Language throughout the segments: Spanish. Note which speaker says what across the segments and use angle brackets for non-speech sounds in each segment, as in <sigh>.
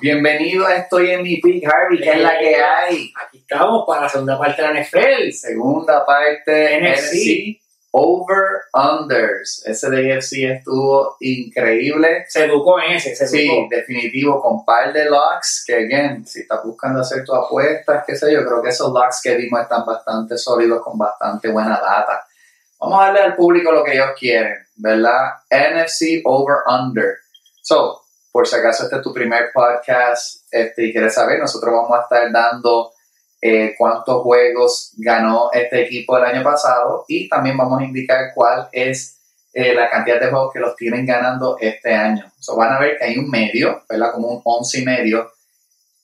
Speaker 1: Bienvenido a Estoy en mi pick, Harvey, que es la que hay.
Speaker 2: Aquí estamos para la segunda parte de la NFL.
Speaker 1: Segunda parte,
Speaker 2: NFC.
Speaker 1: NFC Over Unders. Ese de NFC estuvo increíble.
Speaker 2: Se educó en ese, se
Speaker 1: Sí,
Speaker 2: educó.
Speaker 1: definitivo, con par de locks, que again, si estás buscando hacer tus apuestas, qué sé yo, creo que esos locks que vimos están bastante sólidos, con bastante buena data. Vamos a darle al público lo que ellos quieren, ¿verdad? NFC over under. So, por si acaso este es tu primer podcast este, y quieres saber, nosotros vamos a estar dando eh, cuántos juegos ganó este equipo el año pasado y también vamos a indicar cuál es eh, la cantidad de juegos que los tienen ganando este año. So, van a ver que hay un medio, ¿verdad? Como un 11 y medio.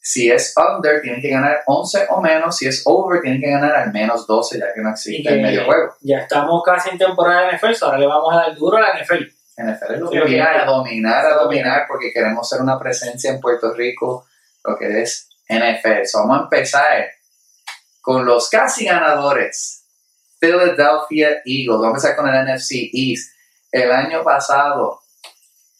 Speaker 1: Si es under, tienen que ganar 11 o menos. Si es over, tienen que ganar al menos 12, ya que no
Speaker 2: Y
Speaker 1: existe
Speaker 2: que-
Speaker 1: el medio juego.
Speaker 2: Ya estamos casi en temporada de NFL, so ahora le vamos a dar duro a la NFL.
Speaker 1: NFL es lo
Speaker 2: Sí,
Speaker 1: que
Speaker 2: lo
Speaker 1: viene
Speaker 2: que
Speaker 1: a
Speaker 2: hay.
Speaker 1: dominar,
Speaker 2: Sí,
Speaker 1: a
Speaker 2: lo que
Speaker 1: dominar, porque queremos ser una presencia en Puerto Rico, lo que es NFL. So, vamos a empezar con los casi ganadores. Philadelphia Eagles. Vamos a empezar con el NFC East. El año pasado,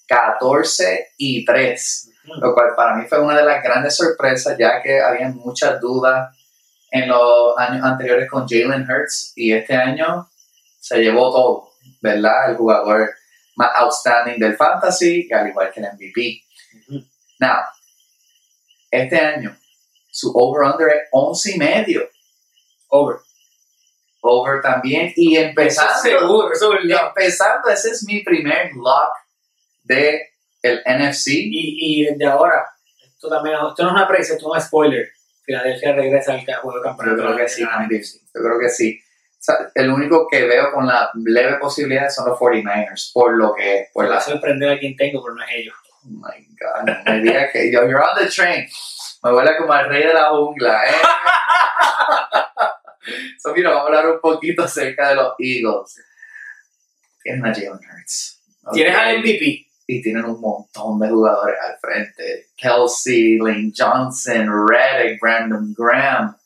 Speaker 1: 14 y 3. lo cual para mí fue una de las grandes sorpresas, ya que había muchas dudas en los años anteriores con Jalen Hurts y este año se llevó todo, ¿verdad? El jugador más outstanding del fantasy, y al igual que el MVP.
Speaker 2: Ujú.
Speaker 1: Now, este año su over-under es 11 y medio,
Speaker 2: Over.
Speaker 1: over también, y
Speaker 2: Eso es
Speaker 1: empezando
Speaker 2: seguro, eso es
Speaker 1: y
Speaker 2: verdad.
Speaker 1: empezando, ese es mi primer lock de el NFC.
Speaker 2: Y, y desde ahora, esto también esto no es una previa, esto es un spoiler. Filadelfia regresa al ca- juego
Speaker 1: Yo
Speaker 2: de campeonato. Ah,
Speaker 1: creo que sí, Andy. Yo creo que sí. O sea, el único que veo con la leve posibilidad son los 49ers, por lo que es, por
Speaker 2: Pues va a
Speaker 1: la...
Speaker 2: sorprender a quien tengo, pero no es ellos.
Speaker 1: Oh my God, no me digas que... Yo, you're on the train. Me huele como el rey de la jungla, ¿eh? <laughs> so, mira, vamos a hablar un poquito acerca de los Eagles. Tienen a Jalen Hurts. ¿ok?
Speaker 2: Tienes al MVP.
Speaker 1: y tienen un montón de jugadores al frente. Kelsey, Lane Johnson, Reddick, Brandon Graham.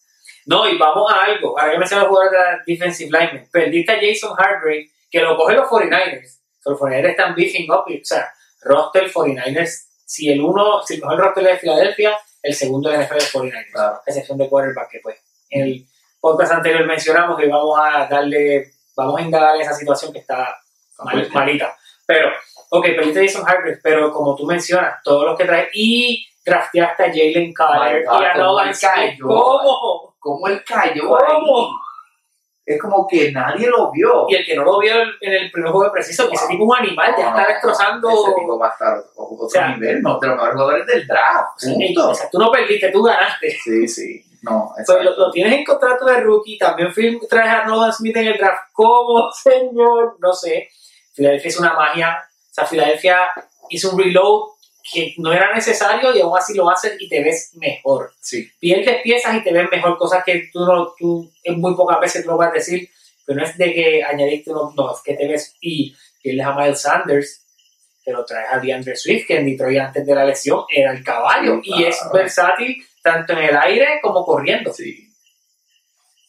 Speaker 2: No, y vamos a algo. Ahora que mencioné los jugadores de la defensive lineman. Perdiste a Jason Hargrave, que lo cogen los 49ers. So, Los 49ers están beefing up. y, o sea, roster 49ers. Si el uno, si el mejor roster es de Filadelfia, el segundo de NFL es 49ers.
Speaker 1: Claro.
Speaker 2: A excepción de quarterback, que pues. En el podcast anterior mencionamos que vamos a darle, vamos a indagar en esa situación que está mal- malita. Pero, ok, perdiste a Jason Hargrave, pero como tú mencionas, todos los que traes. Y drafteaste a Jalen Carter
Speaker 1: My God,
Speaker 2: y a
Speaker 1: ¿cómo
Speaker 2: Nolan
Speaker 1: él cayó?
Speaker 2: Smith. ¿Cómo?
Speaker 1: ¿Cómo él cayó ahí?
Speaker 2: ¿Cómo?
Speaker 1: Es como que nadie lo vio.
Speaker 2: Y el que no lo vio en el primer juego de preciso, que ese tipo es un animal, ya está destrozando.
Speaker 1: Ah, Ese tipo va a estar otro, otro
Speaker 2: sea,
Speaker 1: nivel, no, de los mejores jugadores del draft.
Speaker 2: Ey,
Speaker 1: punto.
Speaker 2: o sea, tú no perdiste, tú ganaste.
Speaker 1: Sí, sí. No,
Speaker 2: Pero lo,
Speaker 1: exacto.
Speaker 2: lo tienes en contrato de rookie, también fui- traes a Nolan Smith en el draft. ¿Cómo, <laughs> señor? No sé. Filadelfia es una magia. O sea, Filadelfia hizo un reload que no era necesario y aún así lo hacen y te ves mejor.
Speaker 1: Sí,
Speaker 2: pierdes piezas y te ves mejor, cosas que tú no, tú en muy pocas veces tú lo vas a decir, pero no es de que añadiste uno, no, es que te ves y pierdes a Miles Sanders, pero traes a DeAndre Swift, que en Detroit antes de la lesión era el caballo
Speaker 1: Sí,
Speaker 2: y es
Speaker 1: claro.
Speaker 2: versátil tanto en el aire como corriendo.
Speaker 1: sí.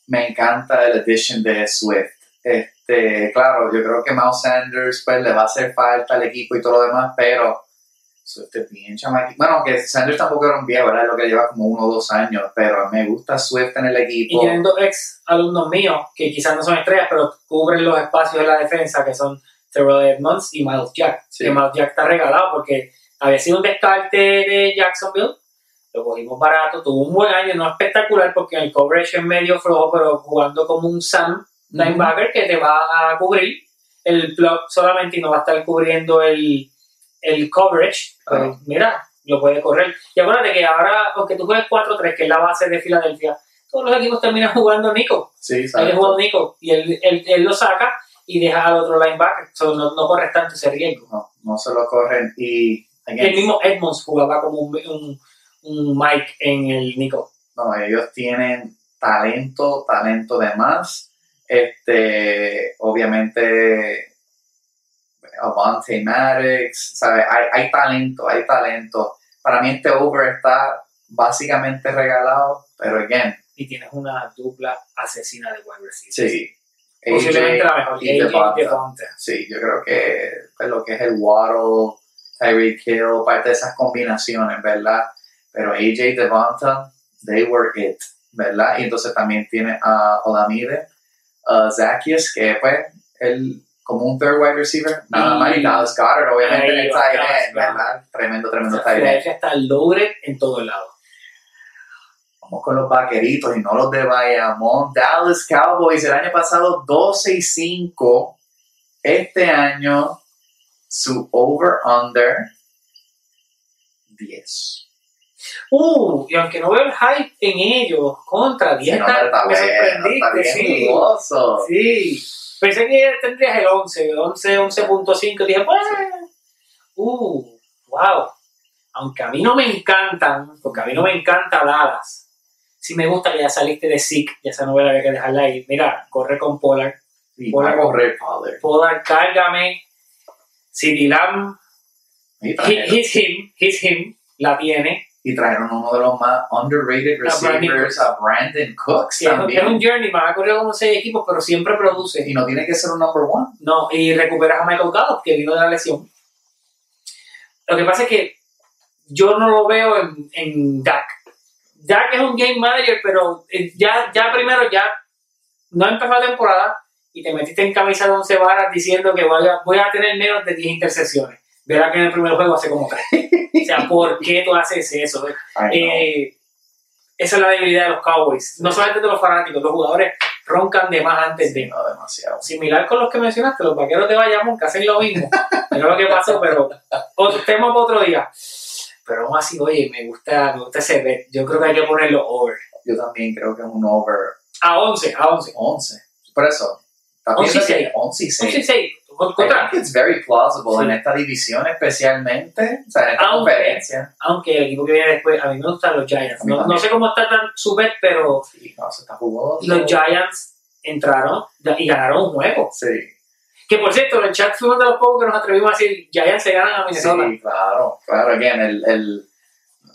Speaker 1: Me encanta el edition de Swift. Este, claro, yo creo que Miles Sanders pues, le va a hacer falta al equipo y todo lo demás, pero Swift es bien chamaquito. Bueno, que Sanders tampoco era un viejo, ¿verdad? Lo que lleva como uno o dos años, pero me gusta Swift en el
Speaker 2: Y
Speaker 1: equipo.
Speaker 2: tienen dos ex alumnos míos, que quizás no son estrellas, pero cubren los espacios de la defensa, que son Terrell Edmonds y Miles Jack.
Speaker 1: Sí.
Speaker 2: Que Miles Jack está regalado porque había sido un descarte de Jacksonville, lo cogimos barato, tuvo un buen año, no espectacular porque en el coverage es medio flojo, pero jugando como un Sam
Speaker 1: Ujú.
Speaker 2: linebacker que te va a cubrir el block solamente y no va a estar cubriendo el, el coverage.
Speaker 1: Ah.
Speaker 2: Pero mira, lo puede correr. Y acuérdate que ahora, aunque tú juegues 4-3, que es la base de Filadelfia, todos los equipos terminan <laughs> jugando Nico.
Speaker 1: Sí,
Speaker 2: Ahí
Speaker 1: ¿sabes?
Speaker 2: le jugó Nico y él, él, él lo saca y deja al otro linebacker. So, no, no corres tanto ese riesgo.
Speaker 1: No, no se lo corren. Y, again,
Speaker 2: El mismo Edmonds jugaba como un, un, un Mike en el Nico.
Speaker 1: No, ellos tienen talento, talento de más. Este, obviamente, Avante Maddox, ¿sabes? Hay, hay talento, hay talento. Para mí este over está básicamente regalado, pero again,
Speaker 2: Y tienes una dupla asesina de wide receivers.
Speaker 1: sí.
Speaker 2: Posiblemente la mejor.
Speaker 1: y
Speaker 2: AJ
Speaker 1: Devonta.
Speaker 2: y Devonta.
Speaker 1: Sí, yo creo que pues, lo que es el Waddle, Tyreek Hill, parte de esas combinaciones, ¿verdad? Pero AJ Devonta, they were it, ¿verdad? Y entonces también tiene a Olamide, a Zacchaeus, que pues él como un third wide receiver, nada más, y Dallas Goddard, obviamente, en
Speaker 2: Ahí
Speaker 1: el
Speaker 2: va,
Speaker 1: tight
Speaker 2: Dallas
Speaker 1: end, ¿verdad? Tremendo, tremendo tight end.
Speaker 2: Filadelfia está loaded en todo el lado.
Speaker 1: Vamos con los vaqueritos y no los de Bayamón. Dallas Cowboys el año pasado 12 y 5. Este año su over-under 10.
Speaker 2: Uh, y aunque no veo el hype en ellos, contra 10
Speaker 1: Sí, no, pero
Speaker 2: me
Speaker 1: bueno, está
Speaker 2: sorprendiste,
Speaker 1: bien
Speaker 2: sí.
Speaker 1: jugoso.
Speaker 2: Sí, pensé que tendrías el 11, el 11, 11.5. Dije, bueno, uh, wow. Aunque a mí no me encantan, porque a mí no me encanta Dallas, sí me gusta que ya saliste de Sick, ya esa novela había que dejarla ahí. Mira, corre con Pollard,
Speaker 1: Y va a correr, father.
Speaker 2: Pollard, cárgame, CD Lamb,
Speaker 1: Y
Speaker 2: he-
Speaker 1: trajeron,
Speaker 2: he's him, he's him, la tiene.
Speaker 1: y trajeron uno de los más underrated
Speaker 2: A Brandon
Speaker 1: receivers, a Brandon Cooks
Speaker 2: Sí, es un- es un
Speaker 1: también.
Speaker 2: journeyman, ha corrido como seis equipos, pero siempre produce.
Speaker 1: Y no tiene que ser un number one.
Speaker 2: No, y recuperas a Michael Gallup, que vino de la lesión. Lo que pasa es que yo no lo veo en, en Dak. Dak es un game manager, pero eh, ya, ya primero, ya no empezó la temporada y te metiste en camisa de once varas diciendo que voy a, voy a tener menos de 10 intercepciones. Verá que en el primer juego hace como tres. O sea, ¿por qué tú haces eso?
Speaker 1: Ay, no.
Speaker 2: Eh, esa es la debilidad de los Cowboys. No solamente de los fanáticos, los jugadores roncan de más antes de
Speaker 1: No, demasiado.
Speaker 2: similar con los que mencionaste, los vaqueros de Bayamón, que hacen lo mismo. Mira lo que pasó, pero otro tema para otro día. Pero aún así, oye, me gusta, me gusta ese bet. Yo creo que hay que ponerlo over.
Speaker 1: Yo también creo que es un over
Speaker 2: A 11, a 11.
Speaker 1: 11. Por eso. está
Speaker 2: 11 y
Speaker 1: pidiendo que
Speaker 2: seis.
Speaker 1: 11 y 6.
Speaker 2: 11 y 6.
Speaker 1: I think it's very plausible
Speaker 2: Sí.
Speaker 1: en esta división especialmente, o sea, en esta
Speaker 2: Aunque-
Speaker 1: conferencia.
Speaker 2: Aunque el equipo que viene después, a mí me gustan los Giants.
Speaker 1: A mí
Speaker 2: No, no
Speaker 1: también.
Speaker 2: sé cómo está tan su bet, pero
Speaker 1: Sí, no, se está jugoso.
Speaker 2: los Giants entraron y ganaron un juego.
Speaker 1: Sí,
Speaker 2: Que por cierto, en el chat fuimos de los pocos que nos atrevimos a decir Giants se ganan a Minnesota.
Speaker 1: sí, claro, claro, again, el, el,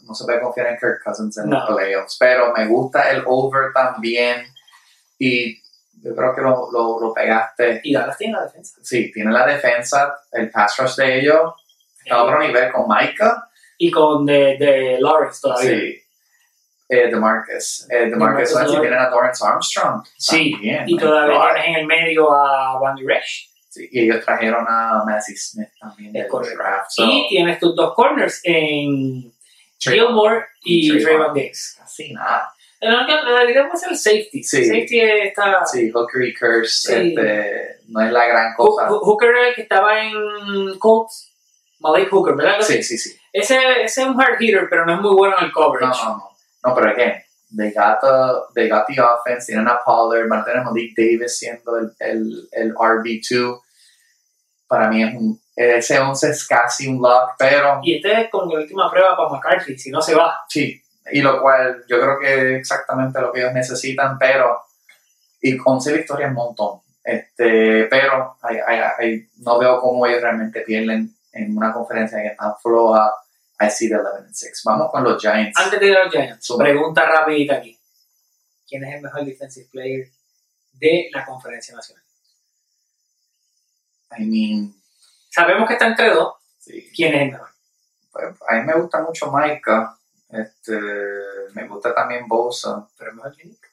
Speaker 1: no se puede confiar en Kirk Cousins en
Speaker 2: No.
Speaker 1: los playoffs, pero me gusta el over también y yo creo que lo, lo, lo pegaste.
Speaker 2: Y Dallas tiene la defensa.
Speaker 1: Sí, tiene la defensa, el pass rush de ellos, está a otro nivel con Micah,
Speaker 2: Y con de, de Lawrence todavía.
Speaker 1: sí. Eh, DeMarcus, eh, DeMarcus
Speaker 2: DeMarcus
Speaker 1: Lawrence, y
Speaker 2: Lawrence.
Speaker 1: tienen a Lawrence Armstrong.
Speaker 2: Sí,
Speaker 1: también,
Speaker 2: Y
Speaker 1: my
Speaker 2: todavía
Speaker 1: God.
Speaker 2: tienes en el medio a Van Resch.
Speaker 1: Sí, y ellos trajeron a Massey Smith también del
Speaker 2: Es correcto.
Speaker 1: draft. so,
Speaker 2: Y tienes tus dos corners en
Speaker 1: Trayvon.
Speaker 2: Gilmore y
Speaker 1: Trayvon.
Speaker 2: Trayvon Diggs.
Speaker 1: Casi nada.
Speaker 2: En realidad en realidad puede ser el safety.
Speaker 1: Sí.
Speaker 2: Safety está...
Speaker 1: Sí, Hooker y Curse
Speaker 2: Sí.
Speaker 1: este, no es la gran
Speaker 2: Ho-
Speaker 1: cosa.
Speaker 2: Ho- Hooker era el que estaba en Colts. Malik Hooker, ¿verdad?
Speaker 1: sí, sí, sí.
Speaker 2: Ese, ese es un hard hitter, pero no es muy bueno en el
Speaker 1: No,
Speaker 2: coverage.
Speaker 1: no, no. No, pero again, they got the, they got the offense, tienen a Pollard, van a tener a Malik Davis siendo el, el, el RB2. Para mí es un, ese 11 es casi un lock, pero
Speaker 2: Y esta es como la última prueba para McCarthy, si no se va.
Speaker 1: sí. Y lo cual yo creo que es exactamente lo que ellos necesitan, pero y 11 victorias es un montón. Este, pero ay, ay, ay, no veo cómo ellos realmente pierden en una conferencia que está floja. I see the 11 and 6. Vamos con los Giants.
Speaker 2: Antes de ir a los Giants,
Speaker 1: Suma.
Speaker 2: pregunta rapidita aquí. ¿Quién es el mejor defensive player de la conferencia nacional?
Speaker 1: I mean,
Speaker 2: Sabemos que está entre dos.
Speaker 1: sí.
Speaker 2: ¿Quién es el mejor?
Speaker 1: Pues, a mí me gusta mucho Micah. Este, me gusta también Bosa.
Speaker 2: Pero el mejor que Nick.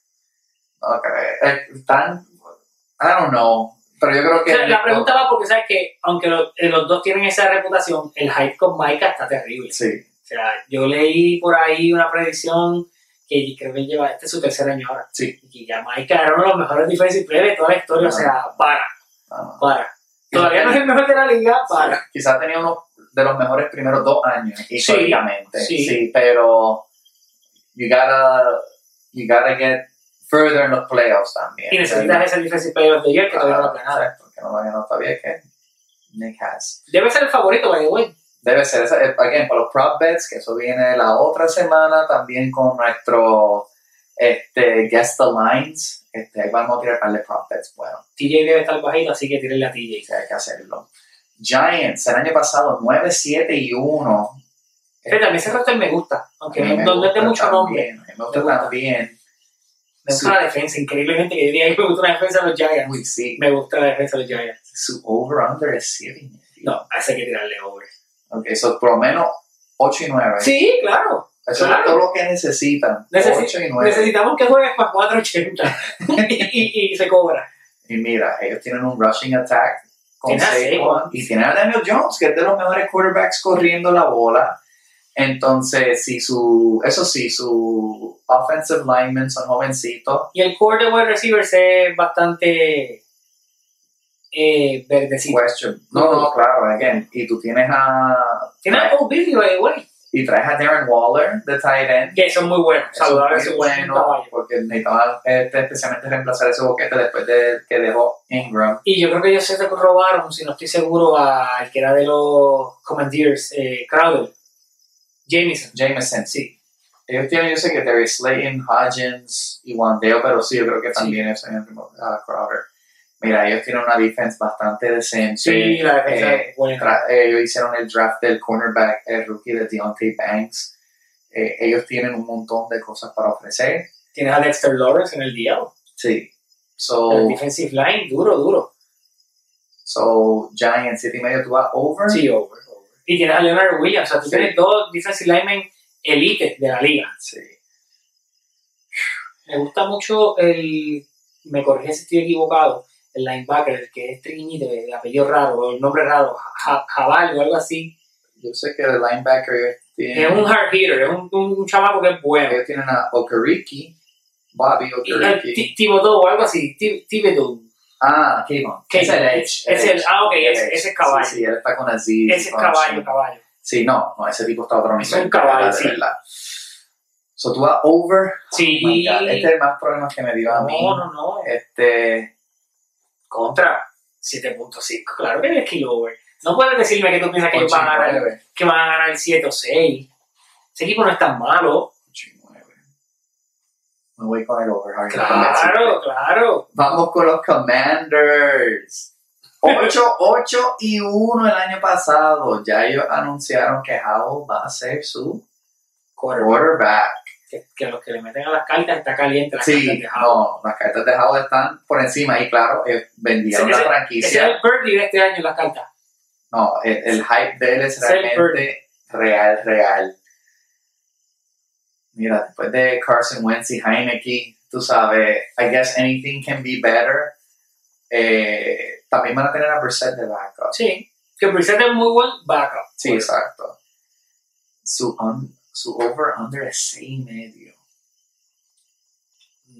Speaker 1: Okay. Eh, tan, I don't know. Pero yo creo
Speaker 2: O
Speaker 1: que.
Speaker 2: sea, la pregunta va porque sabes que, aunque lo- eh, los dos tienen esa reputación, el hype con Maika está terrible.
Speaker 1: Sí.
Speaker 2: O sea, yo leí por ahí una predicción que creo que lleva, este es su tercer año ahora.
Speaker 1: Sí.
Speaker 2: Y que ya Maika era uno de los mejores defensive players de toda la historia. O sea, para,
Speaker 1: Ah,
Speaker 2: para. Todavía no es el mejor de la liga, para.
Speaker 1: Quizás tenía uno de los mejores primeros dos años históricamente.
Speaker 2: sí.
Speaker 1: Sí, pero you gotta, you gotta get further en los playoffs también.
Speaker 2: Y necesitas ese defensive player of the year que todavía no lo ha ganado.
Speaker 1: Porque no lo ha ganado todavía, es que Nick has.
Speaker 2: Debe ser el favorito, by the way.
Speaker 1: Debe ser, esa, eh, again, para los prop bets, que eso viene la otra semana también con nuestro este, guest the lines. Este, ahí vamos a tirar para de prop bets. Bueno,
Speaker 2: TJ debe estar bajito, así que tírenle a TJ.
Speaker 1: que hay que hacerlo. Giants, el año pasado 9, 7 y 1.
Speaker 2: Pero también ese roster me gusta, aunque
Speaker 1: A mí
Speaker 2: no,
Speaker 1: me
Speaker 2: no- no es de
Speaker 1: gusta
Speaker 2: mucho nombre.
Speaker 1: también, a mí Me gusta
Speaker 2: Me gusta.
Speaker 1: también.
Speaker 2: Me gusta la defensa, increíblemente que yo diría que me gusta una defensa de los Giants.
Speaker 1: Uy, sí.
Speaker 2: Me gusta la defensa de los Giants.
Speaker 1: Su over-under es 7.
Speaker 2: No, hace que tirarle over.
Speaker 1: Ok, so por lo menos 8 y 9.
Speaker 2: Sí, claro.
Speaker 1: Eso
Speaker 2: Claro.
Speaker 1: es todo lo que necesitan.
Speaker 2: Necesi-
Speaker 1: 8 y 9.
Speaker 2: Necesitamos que juegues para <laughs> 480 y, y, y se cobra.
Speaker 1: Y mira, ellos tienen un rushing attack con
Speaker 2: Tiene a
Speaker 1: Saquon.
Speaker 2: Saquon.
Speaker 1: Y tienen a Daniel Jones, que es de los mejores quarterbacks corriendo la bola. Entonces, si su, eso sí, su offensive linemen son jovencitos.
Speaker 2: Y el core de wide receivers es bastante eh, verdecito.
Speaker 1: Question. No, no, no, claro, again. Y tú tienes a.
Speaker 2: Tiene a Cole Beasley, by the way,
Speaker 1: Y traes a Darren Waller, de tight end.
Speaker 2: que son muy buenos.
Speaker 1: Eso
Speaker 2: Saludables,
Speaker 1: es muy
Speaker 2: son un
Speaker 1: bueno,
Speaker 2: caballo.
Speaker 1: porque necesitaba este, especialmente reemplazar ese boquete después de que dejó Ingram.
Speaker 2: Y yo creo que ellos se robaron, si no estoy seguro, al que era de los Commanders, eh, Crowder, Jameson.
Speaker 1: Jameson, sí. Ellos tienen, yo sé que Terry Slayton, Hodgins y Wandale, pero sí, yo creo que también es el mismo, ah, Crowder. Mira, ellos tienen una defensa bastante decente.
Speaker 2: Sí, la defensa
Speaker 1: eh,
Speaker 2: es buena.
Speaker 1: Tra- ellos hicieron el draft del cornerback, el rookie de Deontay Banks. Eh, ellos tienen un montón de cosas para ofrecer.
Speaker 2: Tienes a Dexter Lawrence en el diablo.
Speaker 1: Sí. So,
Speaker 2: El defensive line, duro, duro.
Speaker 1: so Giants, siete y medio, tú vas over.
Speaker 2: Sí, over, over. Y tienes a Leonard Williams. O sea, tú
Speaker 1: Sí.
Speaker 2: tienes dos defensive linemen elite de la liga.
Speaker 1: sí.
Speaker 2: Me gusta mucho el. Me corrige si estoy equivocado. El linebacker, el que es triñito, de apellido raro, o el nombre raro, Ja- Jabal o algo así.
Speaker 1: Yo sé que el linebacker tiene,
Speaker 2: Es un hard hitter, es un, un, un chamaco que es bueno.
Speaker 1: ellos tienen a Okeriki, Bobby
Speaker 2: Y el
Speaker 1: Okeriki.
Speaker 2: Ti- Thibodeau o algo así, Ti- Thibodeau.
Speaker 1: ah, Kevon.
Speaker 2: que
Speaker 1: Es el Edge.
Speaker 2: Es el, ah, ok,
Speaker 1: Edge.
Speaker 2: ese, ese es caballo.
Speaker 1: Sí, sí, él está con Aziz.
Speaker 2: Ese es
Speaker 1: con
Speaker 2: caballo,
Speaker 1: Shane.
Speaker 2: caballo.
Speaker 1: Sí, no, no, ese tipo está a otro
Speaker 2: Es
Speaker 1: nivel.
Speaker 2: un caballo,
Speaker 1: de verdad,
Speaker 2: sí.
Speaker 1: de verdad. So tú vas over.
Speaker 2: Sí.
Speaker 1: My God, Este es más problema que me dio a mí.
Speaker 2: No, no, no.
Speaker 1: Este,
Speaker 2: Contra 7.5. Claro que es kill over. No puedes decirme que tú piensas que ellos van a ganar,
Speaker 1: 89.
Speaker 2: que van a ganar 7 o 6. Ese equipo no es tan malo.
Speaker 1: 89. Me voy con el over. Harry.
Speaker 2: Claro, claro.
Speaker 1: Vamos con los Commanders.
Speaker 2: <laughs>
Speaker 1: 8, 8 y 1 el año pasado. Ya ellos anunciaron que Howell va a ser su quarterback.
Speaker 2: Que, que los que le meten a las cartas está caliente. Las cartas
Speaker 1: Sí,
Speaker 2: de Howard.
Speaker 1: no, las cartas de Howell están por encima. Y claro, eh, vendieron
Speaker 2: Ese-
Speaker 1: la
Speaker 2: ese- Ese es
Speaker 1: franquicia.
Speaker 2: el birdie de este año en las cartas.
Speaker 1: No, el, el hype de él es
Speaker 2: Ese es el
Speaker 1: realmente real, real. Mira, después de Carson Wentz y Heineke, tú sabes, I guess anything can be better. Eh, también van a tener a Brissett de backup.
Speaker 2: Sí. Que Brissette es muy buen backup. Pues,
Speaker 1: Sí, exacto. Su, un- su over-under es 6 y medio.
Speaker 2: Nah,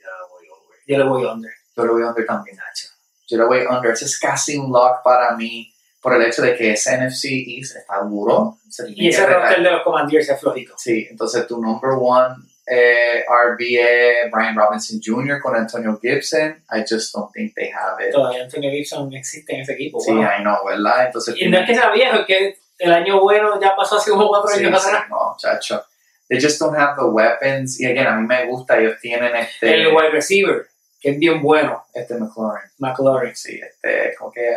Speaker 2: yo le voy over. Yo le voy under.
Speaker 1: Yo lo voy under también, Nacho. Yo lo voy under. Ese es casi un lock para mí por el hecho de que ese NFC East está duro. Se tiene
Speaker 2: Y
Speaker 1: que
Speaker 2: ese
Speaker 1: retar.
Speaker 2: roster de los Commanders es flojito.
Speaker 1: Sí, entonces tu number one eh, RBA, Brian Robinson Jr. con Antonio Gibson. I just don't think they have it.
Speaker 2: Todavía Antonio Gibson no existe en ese equipo.
Speaker 1: Sí,
Speaker 2: Oh, wow.
Speaker 1: I know, ¿verdad? Entonces
Speaker 2: Y no es que sea viejo, es que el año bueno ya pasó hace como cuatro
Speaker 1: Sí,
Speaker 2: años
Speaker 1: sí,
Speaker 2: atrás.
Speaker 1: no, chacho. They just don't have the weapons. Y again, a mí me gusta, ellos tienen este,
Speaker 2: El wide receiver, que es bien bueno,
Speaker 1: este McLaurin.
Speaker 2: McLaurin.
Speaker 1: sí, este, como que...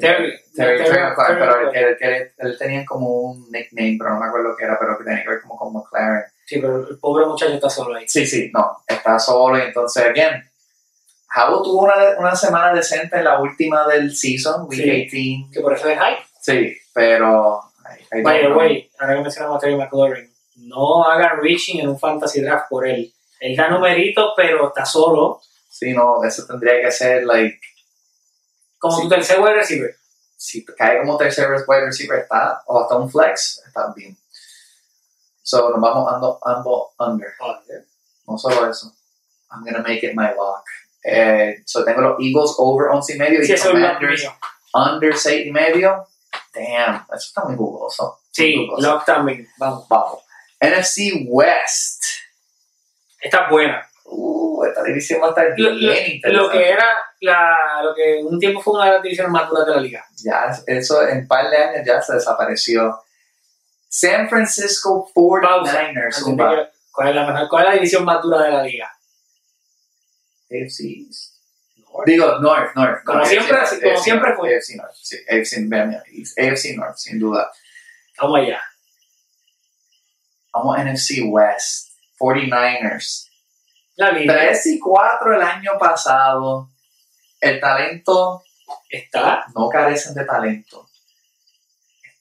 Speaker 2: Terry.
Speaker 1: Terry,
Speaker 2: Terry
Speaker 1: Terry McLaren,
Speaker 2: Terry
Speaker 1: pero él, él- él- él tenía como un nickname, pero no me acuerdo qué era, pero que tenía que ver como con McLaren.
Speaker 2: Sí, pero el pobre muchacho está solo ahí.
Speaker 1: Sí, sí, no, está solo y entonces, again, Jabo tuvo una, una semana decente en la última del season, week
Speaker 2: Sí.
Speaker 1: 18.
Speaker 2: Que por eso es hype.
Speaker 1: Sí, pero... I- I
Speaker 2: By the
Speaker 1: don't know.
Speaker 2: way, ahora que mencionamos a Terry McLaurin, no hagan reaching en un fantasy draft por él. Él da numeritos, pero está solo,
Speaker 1: Sí, no, eso tendría que ser, like,
Speaker 2: como
Speaker 1: Sí.
Speaker 2: tu tercer wide receiver.
Speaker 1: si cae como tercer wide receiver, está, o hasta un flex, está bien. So, nos vamos ando- ambos under. No solo eso. I'm gonna make it my lock. Eh, so tengo los Eagles over 11 y medio
Speaker 2: Sí,
Speaker 1: y
Speaker 2: eso es lock
Speaker 1: Commanders
Speaker 2: mío.
Speaker 1: under 6 y medio. Damn, eso está muy jugoso.
Speaker 2: Sí,
Speaker 1: Jugoso.
Speaker 2: lock también. Vamos.
Speaker 1: Vamos. NFC West.
Speaker 2: Está buena.
Speaker 1: Uh, esta división va a estar
Speaker 2: Lo-
Speaker 1: bien
Speaker 2: Lo
Speaker 1: interesante.
Speaker 2: que era, la, lo que un tiempo fue una de las divisiones más duras de la liga.
Speaker 1: Ya, eso en un par de años ya se desapareció. San Francisco
Speaker 2: Pausa.
Speaker 1: 49ers.
Speaker 2: Antes de
Speaker 1: zumba.
Speaker 2: que- ¿Cuál es la mejor? ¿Cuál es la división más dura de la liga?
Speaker 1: AFC East. Digo, North, North.
Speaker 2: Como
Speaker 1: North,
Speaker 2: siempre,
Speaker 1: AFC,
Speaker 2: como
Speaker 1: AFC,
Speaker 2: siempre fue.
Speaker 1: AFC North, sí, AFC, East, AFC North, sin duda.
Speaker 2: Vamos allá.
Speaker 1: Vamos a NFC West. 49ers.
Speaker 2: La liga
Speaker 1: 3 y 4 el año pasado. El talento,
Speaker 2: está
Speaker 1: no carecen de talento.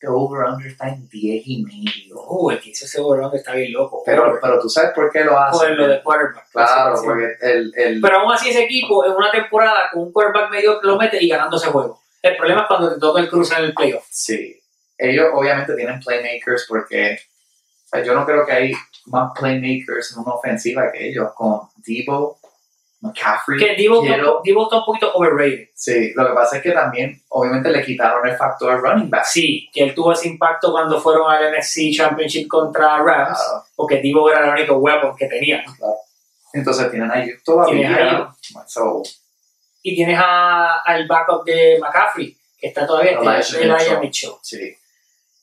Speaker 1: este over-under está en 10 y medio.
Speaker 2: Uh, el que hizo ese over-under está bien loco.
Speaker 1: Pero, pero tú sabes por qué lo hacen.
Speaker 2: Por lo de quarterback.
Speaker 1: Claro,
Speaker 2: Sí, sí.
Speaker 1: porque el, el,
Speaker 2: Pero aún así ese equipo en una temporada con un quarterback medio lo mete y ganando ese juego. El problema es cuando te toca el cruce en el playoff.
Speaker 1: Sí. Ellos obviamente tienen playmakers porque o sea, yo no creo que hay más playmakers en una ofensiva que ellos, con Debo, McCaffrey.
Speaker 2: Que Divo
Speaker 1: Kittle.
Speaker 2: Divo está un poquito overrated.
Speaker 1: Sí, lo que pasa es que también obviamente le quitaron el factor running back.
Speaker 2: Sí, que él tuvo ese impacto cuando fueron al NFC Championship contra Rams,
Speaker 1: Claro.
Speaker 2: porque Divo era el único weapon que tenía.
Speaker 1: Entonces tienen a Ayuk todavía.
Speaker 2: Tienen a Ayuk.
Speaker 1: So,
Speaker 2: Y tienes a- al backup de McCaffrey, que está todavía,
Speaker 1: Elijah
Speaker 2: el Elijah
Speaker 1: Mitchell.
Speaker 2: Mitchell.
Speaker 1: sí.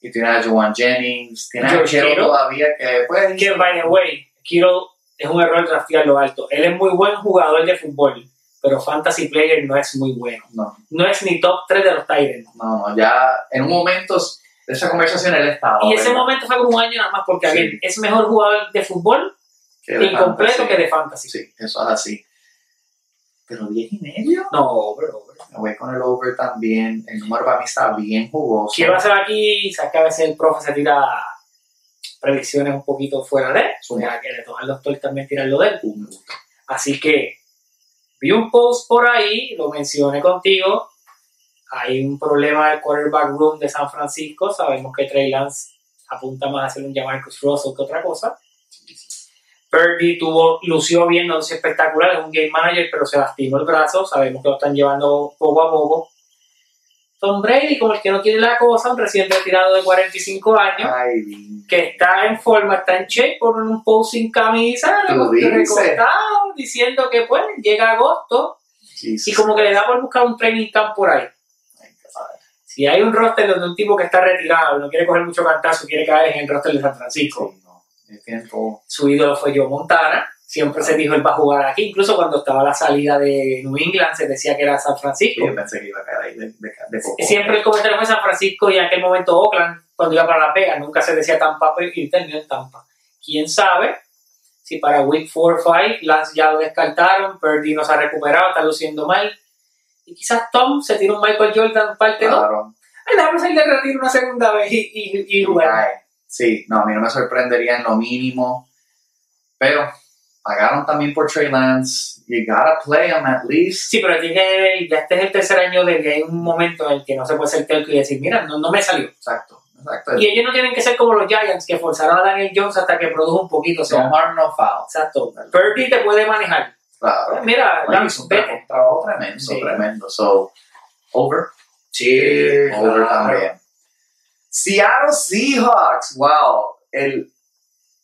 Speaker 1: Y tienen a Joan Jennings, tienen a
Speaker 2: George
Speaker 1: Kittle
Speaker 2: Kittle.
Speaker 1: todavía que pues...
Speaker 2: Que, by the way, Kittle es un error draftearlo alto. Él es muy buen jugador de fútbol, pero fantasy player no es muy bueno.
Speaker 1: No,
Speaker 2: No es ni top 3 de los Titans.
Speaker 1: no, no, ya en un momento de esa conversación él estaba.
Speaker 2: Y ese
Speaker 1: ¿verdad?
Speaker 2: momento fue como un año nada más, porque
Speaker 1: Ah, Sí.
Speaker 2: Abel es mejor jugador de fútbol
Speaker 1: Que de
Speaker 2: incompleto
Speaker 1: fantasy.
Speaker 2: que de fantasy.
Speaker 1: Sí, eso es así. Pero 10 y medio.
Speaker 2: No, pero. pero.
Speaker 1: Me voy con el over también. El número para mí está bien jugoso.
Speaker 2: Quiero hacer aquí, sabes que a veces el profe se tira predicciones un poquito fuera de.
Speaker 1: Sí.
Speaker 2: O sea, que le toca al doctor también tirarlo de él.
Speaker 1: Uh, me gusta.
Speaker 2: Así que vi un post por ahí, lo mencioné contigo. Hay un problema del quarterback room de San Francisco. Sabemos que Trey Lance apunta más a hacer un Jamarcus Russell que otra cosa. Purdy tuvo, lució bien, no lució espectacular, es un game manager, pero se lastimó el brazo. Sabemos que lo están llevando poco a poco. Tom Brady, como el que no quiere la cosa, un recién retirado de 45 años,
Speaker 1: Ay, bien.
Speaker 2: que está en forma, está en shape, por un post sin camisa,
Speaker 1: Tú dices.
Speaker 2: recostado, diciendo que pues llega agosto
Speaker 1: Jesus.
Speaker 2: y como que le da por buscar un training camp por ahí.
Speaker 1: Ay, qué padre.
Speaker 2: Si hay un roster donde un tipo que está retirado, no quiere coger mucho cantazo, quiere caer en el roster de San Francisco.
Speaker 1: Sí, no. Yo siento-
Speaker 2: Su ídolo fue Joe Montana, siempre
Speaker 1: Ah.
Speaker 2: se dijo él va a jugar aquí, incluso cuando estaba la salida de New England se decía que era San Francisco.
Speaker 1: yo pensé que iba a caer ahí de, de, de coco.
Speaker 2: Siempre el comentario fue San Francisco y en aquel momento Oakland, cuando iba para La Vega, nunca se decía Tampa, pero y terminó en Tampa. ¿Quién sabe si para Week 4 o 5 Lance ya lo descartaron, Purdy no se ha recuperado, está luciendo mal? Y quizás Tom se tira un Michael Jordan parte 2.
Speaker 1: Claro.
Speaker 2: Ay, déjame salir de retiro una segunda vez y, y, y jugar.
Speaker 1: Ay, Sí, no, a mí no me sorprendería en lo mínimo. Pero pagaron también por Trey Lance. You gotta play him at least.
Speaker 2: Sí, pero tiene, ya este es el tercer año de que hay un momento en el que no se puede ser telco y decir, mira, no, no me salió.
Speaker 1: Exacto, exacto.
Speaker 2: Y ellos no tienen que ser como los Giants, que forzaron a Daniel Jones hasta que produjo un poquito. O sea,
Speaker 1: No harm, no foul.
Speaker 2: Exacto. Purdy te puede manejar.
Speaker 1: Claro.
Speaker 2: Mira,
Speaker 1: Oye,
Speaker 2: Lance,
Speaker 1: hizo un
Speaker 2: vete.
Speaker 1: tra- trabajo tremendo,
Speaker 2: Sí.
Speaker 1: tremendo. So, over. Eh,
Speaker 2: Sí,
Speaker 1: over
Speaker 2: claro.
Speaker 1: también. Seattle Seahawks, wow. El,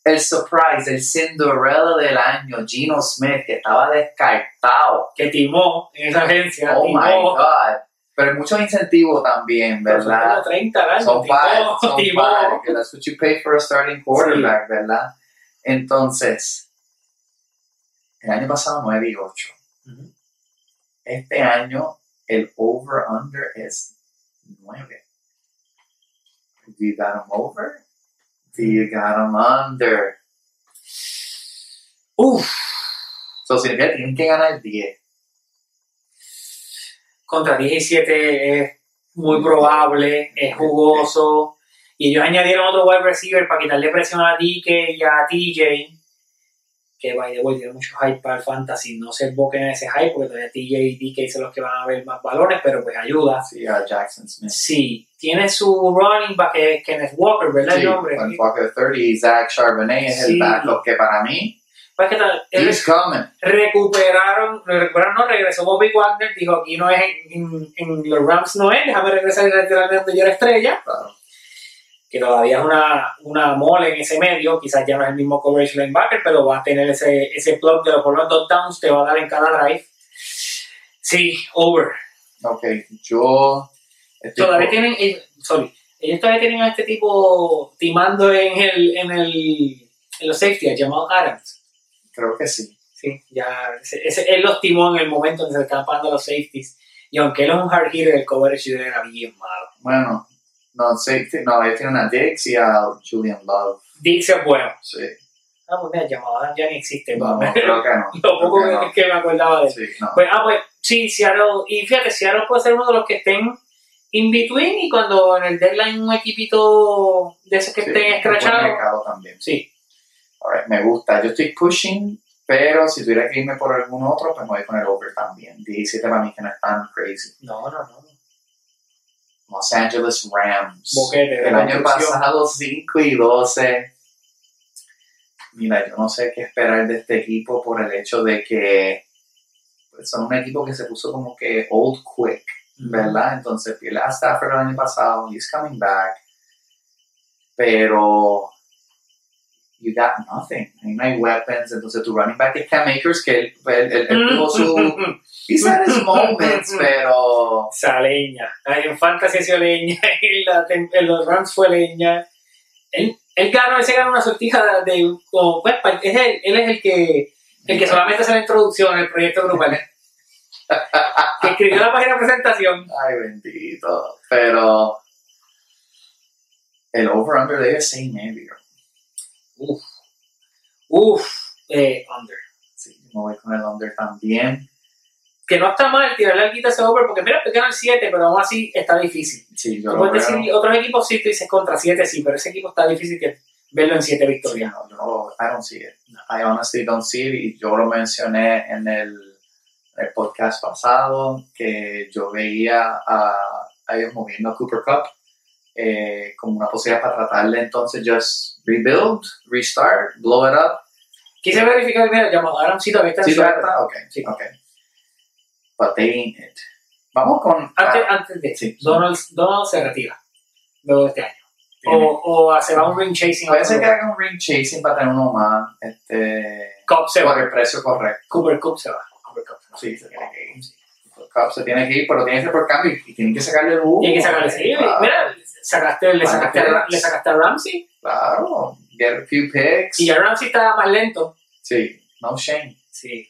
Speaker 1: el surprise, el Cinderella del año, Gino Smith, que estaba descartado.
Speaker 2: Que timó en esa agencia.
Speaker 1: Oh
Speaker 2: timó.
Speaker 1: my God. Pero hay muchos incentivos también,
Speaker 2: Pero son
Speaker 1: ¿verdad?
Speaker 2: como 30 al año.
Speaker 1: Son
Speaker 2: timó,
Speaker 1: padres, son
Speaker 2: <laughs> timó.
Speaker 1: padres, que that's what you pay for a starting quarterback, ¿verdad? Entonces, el año pasado 9 y 8.
Speaker 2: Ujú.
Speaker 1: Este año el over-under es 9. Do you got him over? Do you got him under?
Speaker 2: Uf,
Speaker 1: So, significa que tienen que ganar 10.
Speaker 2: contra 17 es muy probable, es jugoso. Y ellos añadieron otro wide receiver para quitarle presión a DK y a TJ. Que by the way, tiene mucho hype para el fantasy. No se enfoquen en ese hype porque todavía TJ y DK son los que van a ver más balones, pero pues ayuda.
Speaker 1: Sí, a Jackson Smith.
Speaker 2: Sí, tiene su running back, que es Kenneth Walker, ¿verdad?
Speaker 1: Sí,
Speaker 2: el hombre.
Speaker 1: Juan Walker 30 y Zach Charbonnet es
Speaker 2: Sí.
Speaker 1: el backup que para mí,
Speaker 2: Pues que tal, él
Speaker 1: he's coming.
Speaker 2: recuperaron, recuperaron, no, regresó Bobby Wagner, dijo aquí no es, en, en los Rams no es, déjame regresar y retirarme donde yo era estrella,
Speaker 1: Claro.
Speaker 2: que todavía es una, una mole en ese medio, quizás ya no es el mismo coverage linebacker, pero va a tener ese, ese plug de los por los dos downs, te va a dar en cada drive. Sí, over.
Speaker 1: Ok, yo... estoy
Speaker 2: Todavía
Speaker 1: por-
Speaker 2: tienen, eh, sorry, ellos todavía tienen a este tipo timando en el, en el, en los safety, llamado Adams.
Speaker 1: Creo que sí.
Speaker 2: Sí, ya. ese- ese- él los timó en el momento en que se estaban pagando los safeties. Y aunque él es un hard hitter, el coverage de él era bien malo.
Speaker 1: Bueno, no, sí, sí, no, ellos tienen a Dix y a Julian Love.
Speaker 2: Dix es bueno.
Speaker 1: Sí,
Speaker 2: Ah, pues mira, llamada ya ni existe.
Speaker 1: no,
Speaker 2: mami.
Speaker 1: creo que no.
Speaker 2: <laughs> Lo poco que,
Speaker 1: creo que
Speaker 2: que me acordaba de
Speaker 1: no.
Speaker 2: él.
Speaker 1: Sí, no.
Speaker 2: Pues, ah, pues sí, Seattle. Y fíjate, Seattle puede ser uno de los que estén in between y cuando en el deadline un equipito de esos que
Speaker 1: Sí,
Speaker 2: estén
Speaker 1: un buen
Speaker 2: escrachados.
Speaker 1: mercado también.
Speaker 2: Sí,
Speaker 1: Alright, me gusta. Yo estoy pushing, pero si tuviera que irme por algún otro, pues me voy con el over también. 17 para mí que no es tan crazy.
Speaker 2: no, no, no.
Speaker 1: Los Angeles Rams.
Speaker 2: Boquete. de
Speaker 1: El año
Speaker 2: construcción.
Speaker 1: pasado 5 y 12. Mira, yo no sé qué esperar de este equipo por el hecho de que pues, son un equipo que se puso como que old quick, ¿verdad? Entonces pierde a Stafford el año pasado, he's coming back. Pero you got nothing. Ahí No hay weapons. Entonces tu running back es Cam Akers, que él, él-
Speaker 2: Mm.
Speaker 1: él- él tuvo su. He's had his
Speaker 2: <laughs>
Speaker 1: moments, pero.
Speaker 2: Esa leña. Ay, en Fantasy ha sido leña. <laughs> En, la tem- en los Rams fue leña. Él, él ganó, él se ganó una sortija de. de- como, pues, pa- es el- él es el que, el que solamente hace la introducción al proyecto grupal. que escribió la página de presentación.
Speaker 1: Ay, bendito. Pero el over-under de ellos es 6 y medio.
Speaker 2: Uf. Uf. Eh, under.
Speaker 1: Sí, me voy con el under también.
Speaker 2: Que no está mal tirarle al quita ese over, porque mira, te quedan el 7, pero aún así está difícil.
Speaker 1: Sí, yo
Speaker 2: Tú
Speaker 1: lo veo.
Speaker 2: puedes decir, otros equipos sí, tú dices contra 7, sí, pero ese equipo está difícil que verlo en 7
Speaker 1: Sí,
Speaker 2: victorias.
Speaker 1: no, yo no lo- I don't see it. I honestly don't see it. Y yo lo mencioné en el, el podcast pasado que yo veía a, a ellos moviendo a Cooper Cup eh, como una posibilidad para tratarle entonces just rebuild, restart, blow it up.
Speaker 2: Quise verificar, mira, llamado a Ramsito, ¿viste?
Speaker 1: Sí,
Speaker 2: Sí,
Speaker 1: todavía está, ok.
Speaker 2: Sí.
Speaker 1: ok. But they ain't it. Vamos con. ah,
Speaker 2: antes, antes de
Speaker 1: sí.
Speaker 2: Donald, Donald se retira luego de este año.
Speaker 1: Tiene-
Speaker 2: O, o hace va un ring chasing.
Speaker 1: Puede ser que haga un ring chasing para tener uno más. Este.
Speaker 2: Cobb se
Speaker 1: Por
Speaker 2: va.
Speaker 1: el precio correcto.
Speaker 2: Cooper Cup se va. Cooper Cup se va.
Speaker 1: Sí, se tiene que ir. Cup se tiene que ir, pero tiene que ser por cambio y y tienen que sacarle el jugo.
Speaker 2: Y hay que sacarle sí,
Speaker 1: Claro,
Speaker 2: Mira, sacaste, le,
Speaker 1: Para
Speaker 2: sacaste
Speaker 1: que-
Speaker 2: a, le sacaste a Ramsey
Speaker 1: Claro. Get a few picks.
Speaker 2: y ya Ramsey está más lento.
Speaker 1: Sí. No shame.
Speaker 2: Sí.